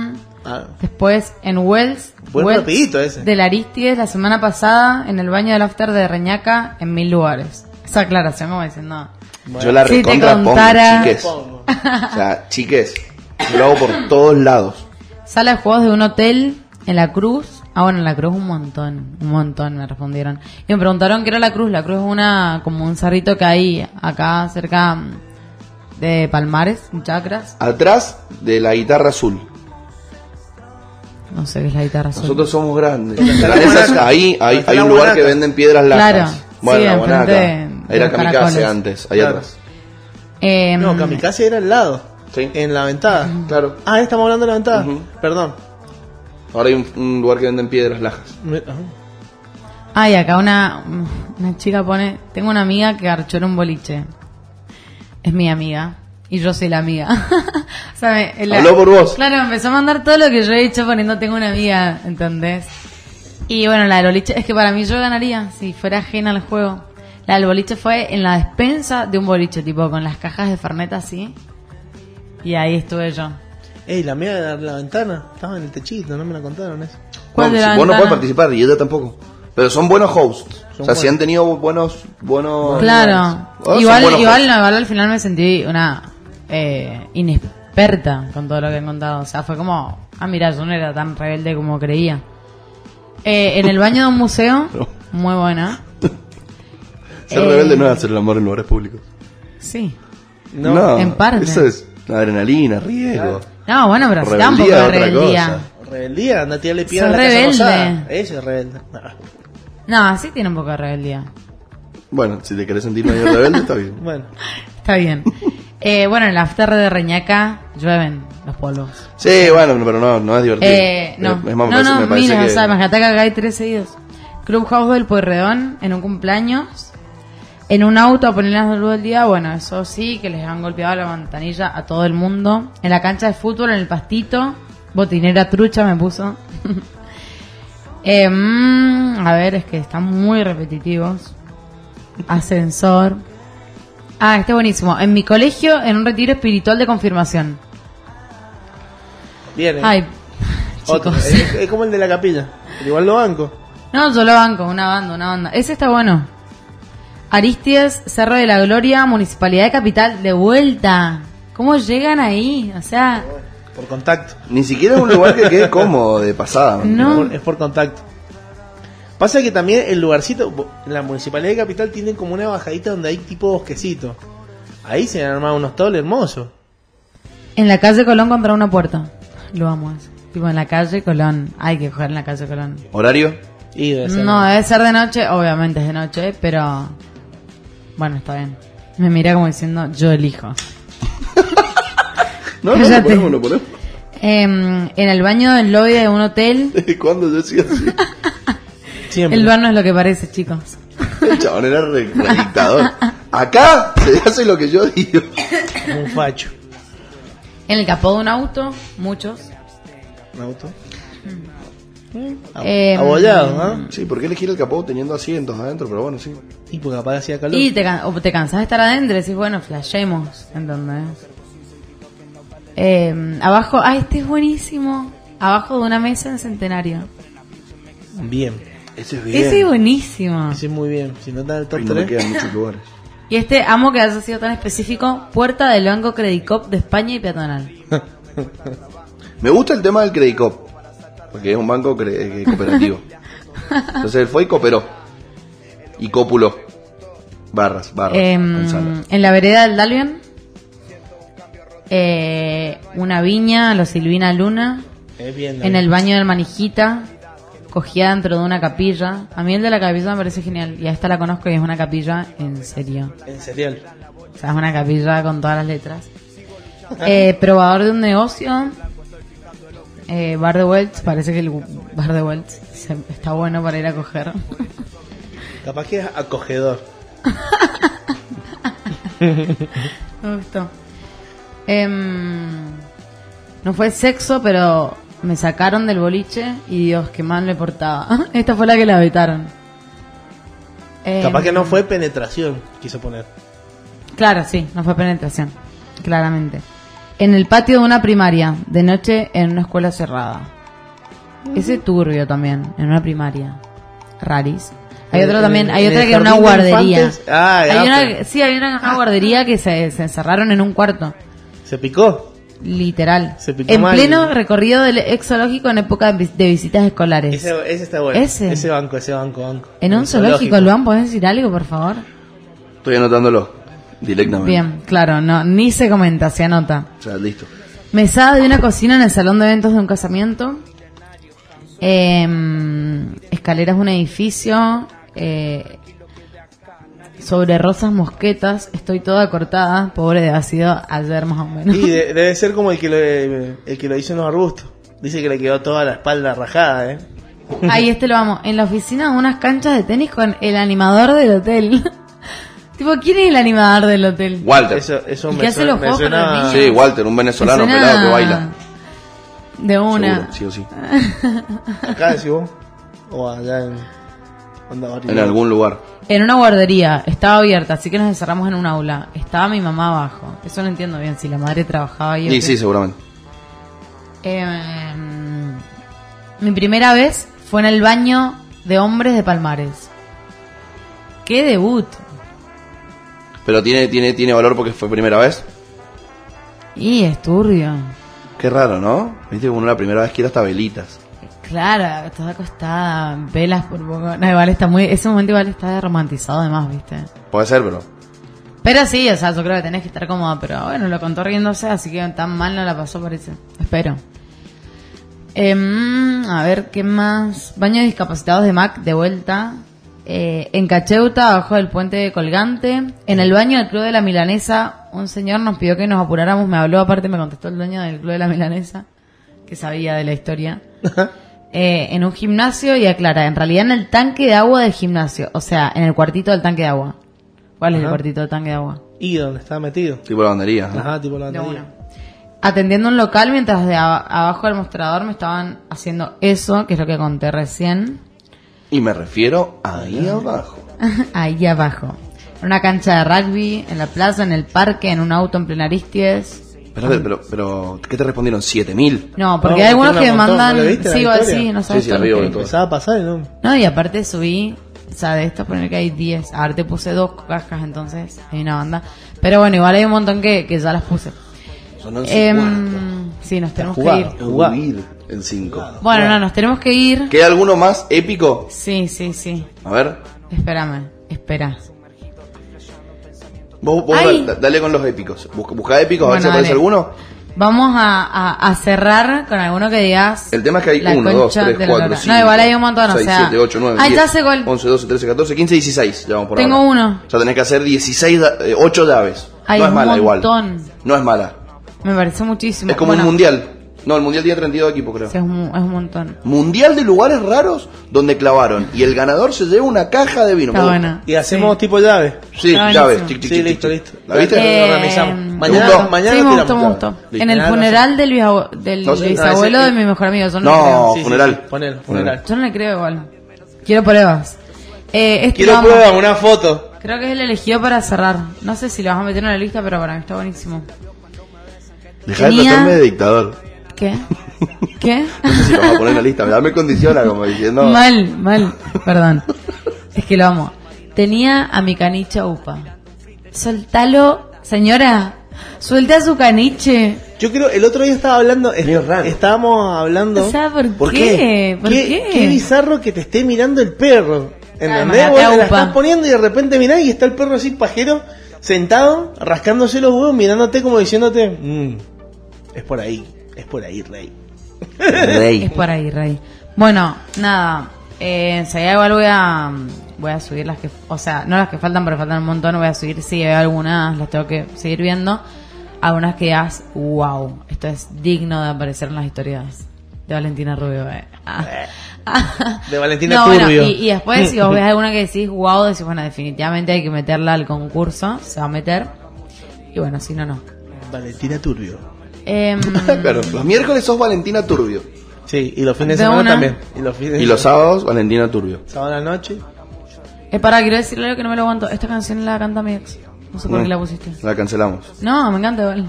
Em,
Ah.
después en Wells,
Buen
Wells
rapidito ese.
del Aristides la semana pasada, en el baño del after de Reñaca, en mil lugares. Esa aclaración como diciendo...
Yo la
Si te
recontra pongo,
contara-
chiques. O sea, chiques. Yo lo hago por todos lados.
Sala de juegos de un hotel en La Cruz. Ah, bueno, en La Cruz un montón, un montón me respondieron. Y me preguntaron qué era La Cruz. La Cruz es una como un cerrito que hay acá cerca mm, de Palmares, en Chacras.
Atrás de la guitarra azul.
No sé qué es la guitarra azul.
Nosotros somos grandes.
está la
Las esas-
guanaca.
ahí hay,
Está
hay
la
un lugar
guanaca.
que venden piedras
Claro,
largas. Bueno,
sí,
la
enfrente
guanaca.
de
Era
los
kamikaze
caracoles.
antes, ahí
Claro.
atrás.
Eh,
No, Kamikaze era al lado.
Sí. Mm.
En la ventana.
Claro.
Ah, estamos hablando de la ventana.
Ujú.
Perdón.
Ahora hay un, un lugar que venden piedras lajas.
Me- ah. ajá.
Ay, acá una, una chica pone, tengo una amiga que garchó en un boliche. Es mi amiga. Y yo soy la amiga. o sea, me- la-
Habló por vos.
Claro, me empezó a mandar todo lo que yo he hecho poniendo tengo una amiga, ¿entendés? Y bueno, la del boliche, es que para mí yo ganaría si fuera ajena al juego. La del boliche fue en la despensa de un boliche, tipo con las cajas de Fernet así. Y ahí estuve yo.
Ey, la mía de la ventana. Estaba en el techito, no me la contaron eso.
¿Cuál
No,
de
si
la
vos no
ventana?
podés participar y ella tampoco. Pero son buenos hosts. o sea,
buenos.
si han tenido buenos. buenos
Claro.
Oh, son
Igual,
buenos
igual,
hosts.
no, igual al final me sentí una eh, inexperta con todo lo que han contado. O sea, fue como, ah, mira, yo no era tan rebelde como creía. Eh, en el baño de un museo, muy buena.
Ser
Eh,
rebelde no es hacer el amor en lugares públicos.
Sí.
No.
en parte.
Eso es adrenalina, riesgo.
No, bueno, pero sí, da un poco
Rebeldía
de
es otra
rebeldía.
cosa.
Rebeldía, anda a tirarle piedra
Sos
a la Casa
rebelde.
Rosada. Ese es rebelde. Ah,
No, sí tiene un poco de rebeldía.
Bueno, si te querés sentir medio rebelde, está bien.
Bueno.
Está bien. Eh, bueno, en la after de Reñaca llueven los polvos.
Sí, bueno, pero no, no es divertido.
Eh, no,
Es más, me
no,
parece,
no,
me parece
mira,
que...
o sea, imagínate que acá hay tres seguidos. Clubhouse del Pueyrredón en un cumpleaños, en un auto a poner las luz del día, bueno, eso sí, que les han golpeado la ventanilla a todo el mundo. En la cancha de fútbol, en el pastito, botinera trucha me puso. Eh, mm, a ver, es que están muy repetitivos. Ascensor. Ah, este buenísimo. En mi colegio, en un retiro espiritual de confirmación.
Bien. eh.
Ay,
Otro.
chicos.
Es, es como el de la capilla. Pero igual lo banco.
No, yo lo banco, una banda, una banda. Ese está bueno. Aristides, Cerro de la Gloria, Municipalidad de Capital, de vuelta. ¿Cómo llegan ahí? O sea,
Por contacto.
Ni siquiera es un lugar que quede cómodo de pasada. ¿me
No.
Por- es por contacto. Pasa que también el lugarcito, bo- la municipalidad de Capital tiene como una bajadita donde hay tipo bosquecito. Ahí se han armado unos toles hermosos.
en la calle Colón contra una puerta. Lo amo eso. Tipo, en la calle Colón. Hay que jugar en la calle Colón.
¿Horario?
Y debe ser-
No, debe ser de noche. Obviamente es de noche, pero... Bueno, está bien. Me mira como diciendo, yo elijo.
No, no, lo
Cállate.
ponemos, lo ponemos.
Em, en el baño del lobby de un hotel.
¿Desde cuándo yo decía así?
siempre.
El bar no es lo que parece, chicos.
El chabón era re, re dictador. Acá se hace lo que yo digo.
Como un facho.
En el capó de un auto, muchos.
Un auto.
Em,
Mm. Eh, Abollado, ¿ah? ¿no?
Sí, ¿por qué elegir el capó teniendo asientos adentro? Pero bueno, sí.
Y porque capaz hacía calor.
Y te, can- o te cansás de estar adentro y decís, bueno, flashemos, ¿entendés? Eh, abajo, ah, este es buenísimo. Abajo de una mesa en Centenario.
Bien.
Ese es
Ese es buenísimo.
Sí, muy bien. Si no está en el top
Ay, no me
3.
quedan muchos lugares.
Y este amo que haya sido tan específico, puerta del Banco Credicop de España y Peatonal.
Me gusta el tema del Credit Cop, porque es un banco cre- eh, cooperativo. Entonces él fue y cooperó. Y copuló. Barras, barras.
Em,
manzanas.
en la vereda del Dalvian. Eh, una viña, los Silvina Luna.
Es bien.
En el baño del Manijita. Cogía dentro de una capilla. A mí el de la capilla me parece genial. Y a esta la conozco y es una capilla en serio.
En cereal.
O sea, es una capilla con todas las letras. Eh, probador de un negocio. Eh, bar de Welts. Parece que el bar de Welts se- está bueno para ir a coger.
Capaz que es acogedor.
Me gustó. Em, no fue sexo, pero me sacaron del boliche y Dios, qué mal me portaba. Esta fue la que la vetaron. Em,
Capaz que no fue penetración, quiso poner.
Claro, sí, no fue penetración. Claramente. En el patio de una primaria, de noche en una escuela cerrada. Ese turbio también, en una primaria. Raris. Hay
En-
otro
en-
también, hay
Eh, en
otra
el
que en una
jardín de
guardería.
infantes. Ah,
hay
ah,
una-
pero-
sí, hay una, una guardería que se, se encerraron en un cuarto.
¿Se picó?
Literal.
Se picó
en
mal.
pleno recorrido del ex zoológico en época de vis- de visitas escolares.
Ese, ese está bueno.
Ese.
banco, ese banco, banco.
en un zoológico, Luan, ¿podés decir algo, por favor?
Estoy anotándolo directamente.
Bien, claro, no, ni se comenta, se anota.
O sea, listo.
Mesada de una cocina en el salón de eventos de un casamiento. Em, escaleras de un edificio. eh, sobre rosas mosquetas. Estoy toda cortada. Pobre de ácido ayer más o menos.
Y de- debe ser como el que, lo, el que lo hizo en los arbustos. Dice que le quedó toda la espalda rajada, ¿eh?
Ahí este lo vamos. En la oficina de unas canchas de tenis con el animador del hotel. tipo, ¿quién es el animador del hotel?
Walter.
Eso, ah. eso
¿Y
me,
qué hace
suen-
los
me
juegos con los
suena...
niños?
Sí, Walter, un venezolano
Me suena
pelado que baila.
De una.
Seguro,
Ah,
sí o sí.
¿Acá decís vos? O allá en... Onda
En
Barrio.
algún lugar.
En una guardería, estaba abierta, así que nos encerramos en un aula. Estaba mi mamá abajo. Eso no entiendo bien, si la madre trabajaba ahí. o
Y
qué.
sí, seguramente.
Eh, mi primera vez fue en el baño de hombres de Palmares. ¡Qué debut!
Pero tiene, tiene, tiene valor porque fue primera vez.
Y es turbio.
Qué raro, ¿no? Viste que uno la primera vez quiere hasta velitas.
Claro, toda acostada, velas por poco. No, igual está muy. Ese momento igual está romantizado además, ¿viste?
Puede ser, pero.
Pero sí, o sea, yo creo que tenés que estar cómoda, pero bueno, lo contó riéndose, así que tan mal no la pasó, parece. Espero. Em, a ver, ¿qué más? Baño de discapacitados de Mac, de vuelta. Eh, en Cacheuta, abajo del puente de Colgante. En el baño del Club de la Milanesa, un señor nos pidió que nos apuráramos, me habló, aparte me contestó el dueño del Club de la Milanesa, que sabía de la historia. Eh, en un gimnasio y aclara, en realidad en el tanque de agua del gimnasio, o sea, en el cuartito del tanque de agua. ¿Cuál es el
Ajá.
cuartito del tanque de agua?
¿Y dónde estaba metido?
Tipo la bandería. ¿no?
Ajá, tipo la
De
bandería.
una. Atendiendo un local mientras de aba- abajo del mostrador me estaban haciendo eso, que es lo que conté recién,
Y me refiero ahí abajo.
ahí abajo. En una cancha de rugby, en la plaza, en el parque, en un auto en plena Aristides.
Pero, pero, pero, ¿qué te respondieron? ¿7000?
No, porque
No,
hay algunos
tiene
que
un montón, ¿no
mandan...
lo viste la
sí, igual
historia?
sí, no
Sí,
sabes
sí, la
todo
vi,
lo que-
boludo.
Empezaba a pasar, ¿no?
No, y aparte subí, o sea, de esto poner que hay 10. A ver, te puse dos cajas entonces, hay una banda. Pero bueno, igual hay un montón que, que ya las puse.
Son
Em, sí, nos tenemos que ir.
jugado. Jugá.
en 5.
Bueno, no, nos tenemos que ir.
¿Queda alguno más épico?
Sí, sí, sí.
A ver.
Espérame, espera.
Vos, vos
Ay.
da- da- dale con los épicos. Busca, busca épicos, a ver
Bueno,
si aparece
dale.
alguno.
Vamos a, a- a cerrar con alguno que digas.
El tema es que hay
la
1, 2,
concha
3,
de la
4,
lora.
5.
No, igual hay un montón, o
6,
sea.
7, 8, 9,
Ay,
10,
ya se gol.
11, 12, 13, 14, 15, 16. Ya vamos por
Tengo
ahora.
uno.
Ya tenés que hacer 16, da- eh, 8 daves.
Hay
no es
un
mala
montón.
igual. No es mala.
Me parece muchísimo.
Es como
Bueno,
un mundial. No, el mundial tiene 32 equipos, creo.
Sí, es, un, es un montón.
Mundial de lugares raros donde clavaron. Y el ganador se lleva una caja de vino.
Está
Me gusta.
buena.
Y hacemos tipo llave.
Sí,
Está
ya ves.
buenísimo.
tic, tic,
Sí,
tic,
listo,
tic.
listo.
¿La viste?
Eh, Lo organizamos. Mañana-
me gustó.
mañana
sí, me gustó,
tiramos
me gustó.
todo.
Listo.
En el
Mañana
funeral del, bisabu- del
No sé, no,
bisabuelo
ese-
de mi mejor amigo. Yo no, le
No,
Sí, sí,
funeral.
sí, ponelo, funeral.
creo. Yo no le creo igual. Quiero pruebas. Eh, este
Quiero
vamos-
pruebas, una foto.
Creo que es el elegido para cerrar. No sé si lo vas a meter en la lista, pero para mí está buenísimo.
Dejá de
Tenía-
tratarme de dictador.
¿Qué? ¿Qué?
No sé si lo vas a poner en la lista. Dame condiciona, como diciendo.
Mal, mal, perdón. Es que lo amo. Tenía a mi canicha upa. Soltalo, señora. Suelta su caniche.
Yo creo, el otro día estaba hablando, es-
Medio raro.
estábamos hablando.
O sea, ¿por
¿Por
qué? ¿Por qué? Ah,
bizarro que te esté mirando el perro. ¿Entendés?
mandate
Vos
a
te la
upa.
estás poniendo y de repente mirás y está el perro así pajero, sentado, rascándose los huevos, mirándote como diciéndote, "Mm, es por ahí, es por ahí, rey.
Es
Rey.
por ahí, Rey. Bueno, nada. Eh, enseguida igual voy a voy a subir las que, o sea, no las que faltan, pero faltan un montón, voy a subir, sí, hay algunas, las tengo que seguir viendo. Algunas que digas, wow, esto es digno de aparecer en las historias de Valentina Rubio. eh. Ah. Ah.
De Valentina
No, bueno,
Turbio.
y, y después si vos ves alguna que decís, wow, decís, bueno, definitivamente hay que meterla al concurso, se va a meter. Y bueno, si no, no.
Valentina Turbio.
Em,
claro, los miércoles sos Valentina Turbio.
Sí, y los fines
De
de semana
una.
también. Y los fines
Y los sábados, Valentina Turbio.
sábados a la noche.
Eh, para, quiero decirle algo que no me lo aguanto. Esta canción la canta mi ex. No sé por qué la pusiste.
Mm. La cancelamos.
No, me encanta igual.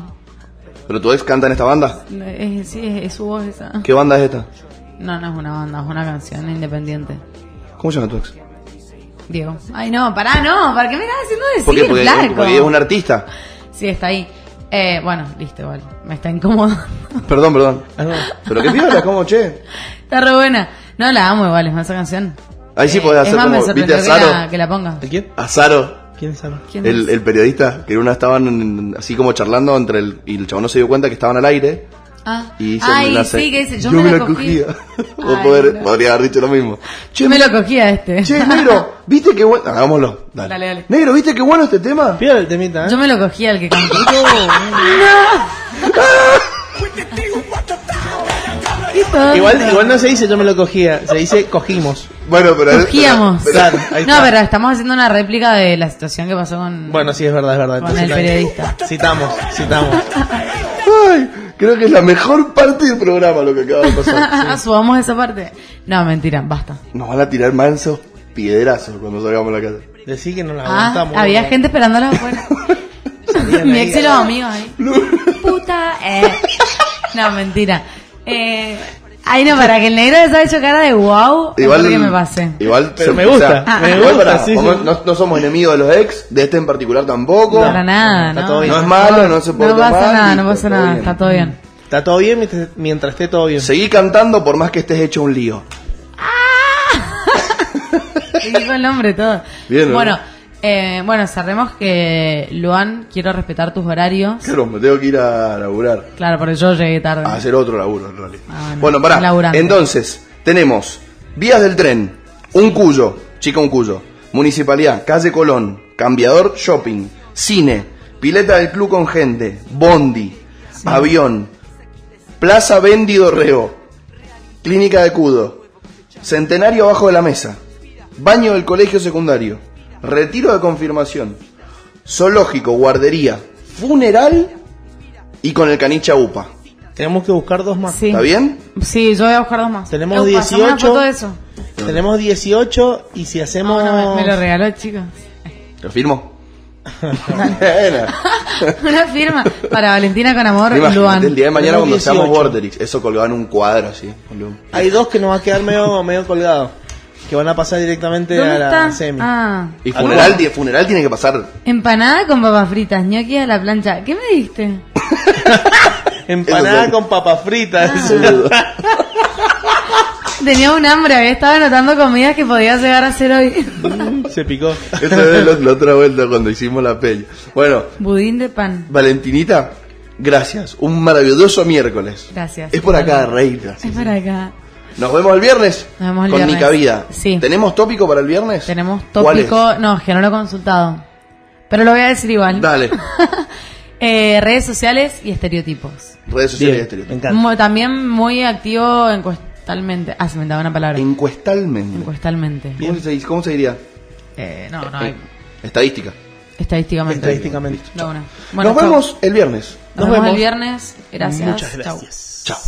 ¿Pero tu ex canta en esta banda?
Es, sí, es, es su voz esa.
¿Qué banda es esta?
No, no es una banda, es una canción independiente.
¿Cómo se llama tu ex?
Diego. Ay, no, pará, no. ¿Para qué me estás haciendo decir,
¿Por qué? Porque,
flaco?
porque es un artista.
Sí, está ahí. Eh, bueno, listo, igual. Me está incómodo.
Perdón, perdón.
Ah, no.
Pero qué piola, ¿cómo, che?
está re buena. No, la amo igual, es más esa canción.
Ahí sí
Eh,
podés hacer
es más, me
como- ¿viste
sorprendió
a
que
Saro?
la, que la ponga.
¿De quién?
A Saro,
¿Quién sabe?
¿Quién
el,
es?
el periodista, que en una estaban en- así como charlando entre el... Y el chabón no se dio cuenta que estaban al aire.
Ah,
Y hizo
Ay,
la se-
sí, que dice, yo, me, la cogí.
Vos
Ay,
poder-
no.
podría haber dicho lo mismo. Che,
Yo me lo cogí a este.
che, negro, ¿viste qué bueno? Hagámoslo. Dale.
Dale, dale.
Negro, ¿viste qué bueno este tema?
Pídale el temita, ¿eh?
Yo me lo cogí al que cantó. ¡No!
Igual, igual no se dice yo me lo cogía, se dice cogimos.
Bueno, pero... pero-
Cogíamos.
pero-
Claro, ahí
No,
está.
pero estamos haciendo una réplica de la situación que pasó con,
Bueno, sí, es verdad, es verdad.
con el periodista.
Citamos, citamos.
Ay, creo que es la mejor parte del programa lo que acaba de pasar.
Subamos esa parte. No, mentira,
Ah,
basta.
Nos van a tirar mansos piedrazos cuando salgamos de la casa.
Decí que no la
Ah,
aguantamos.
había
¿no?
gente esperándola afuera.
Salían
Mi
ahí,
ex y los
ah.
amigos ahí. Puta. eh. No, mentira. Eh, ay, no, para que el negro les haya hecho cara de wow, igual que me pasé.
Igual
Pero me gusta,
me
igual
gusta,
pará,
sí,
como
sí.
No, no somos enemigos de los ex, de este en particular tampoco.
para nada,
está
no.
todo bien.
No es malo, no se
No
puede
pasa
tomar,
nada,
listo,
no pasa
todo
nada,
bien.
está todo bien.
Está todo bien mientras, mientras esté todo bien.
Seguí cantando por más que estés hecho un lío.
Y dijo el nombre todo.
Bien, ¿no?
bueno, eh, bueno, cerremos que Luan, quiero respetar tus horarios.
Claro, me tengo que ir a laburar.
Claro, porque yo llegué tarde.
A hacer otro laburo, en realidad.
Ah, bueno,
bueno, pará.
laburante.
Entonces, tenemos vías del tren, un cuyo, chica un cuyo, municipalidad, calle Colón, cambiador shopping, cine, pileta del club con gente, bondi, avión, plaza vendido reo, clínica de cudo, centenario abajo de la mesa, baño del colegio secundario, retiro de confirmación, zoológico, guardería, funeral y con el canicha UPA.
Tenemos que buscar dos más.
Sí.
¿Está bien?
Sí, yo voy a buscar dos más.
Tenemos
Eupa, haceme una
18.
foto de eso.
Tenemos 18 y si hacemos...
Ah, bueno, me, me lo regaló, chicos.
¿Lo firmo? Bueno,
una firma para Valentina con amor,
imagínate,
Luan.
el día de mañana cuando
Tenemos
seamos
18.
Borderix, eso colgado en un cuadro así. boludo.
Hay dos que nos va a quedar medio, medio colgado. Que van a pasar directamente
¿Dónde
a la
está?
semi.
Ah.
Y funeral, ti- funeral tiene que pasar.
Empanada con papas fritas, ñoqui a la plancha. ¿Qué me diste?
Eso
Empanada
es-
con papas fritas.
Ah. Tenía un hambre, había estado anotando comidas que podía llegar a hacer hoy.
Se picó.
Eso es la, la otra vuelta cuando hicimos la peli. Bueno,
Budín de pan.
Valentinita, gracias. Un maravilloso miércoles.
Gracias.
Es por acá, reina.
Es para acá.
Nos vemos el viernes
Nos vemos el
con
viernes.
Nica Vida.
Sí.
¿Tenemos tópico para el viernes?
Tenemos
¿Cuál es?
tópico. No, es que no lo he consultado. Pero lo voy a decir igual.
Dale.
Eh, redes sociales y estereotipos.
Redes
Bien,
sociales y
me
estereotipos.
encanta.
Mu- también muy activo encuestalmente. Ah, se me daba una palabra.
Encuestalmente.
Encuestalmente.
¿Cómo se, cómo se diría?
Eh, no, no, hay-
Estadística.
estadísticamente.
Estadísticamente.
De una. Bueno,
Nos
chau.
vemos el viernes.
Nos, vemos, el viernes. Gracias.
Muchas
Chau.
gracias.
Chao.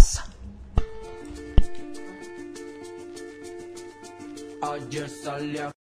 Ayer salí a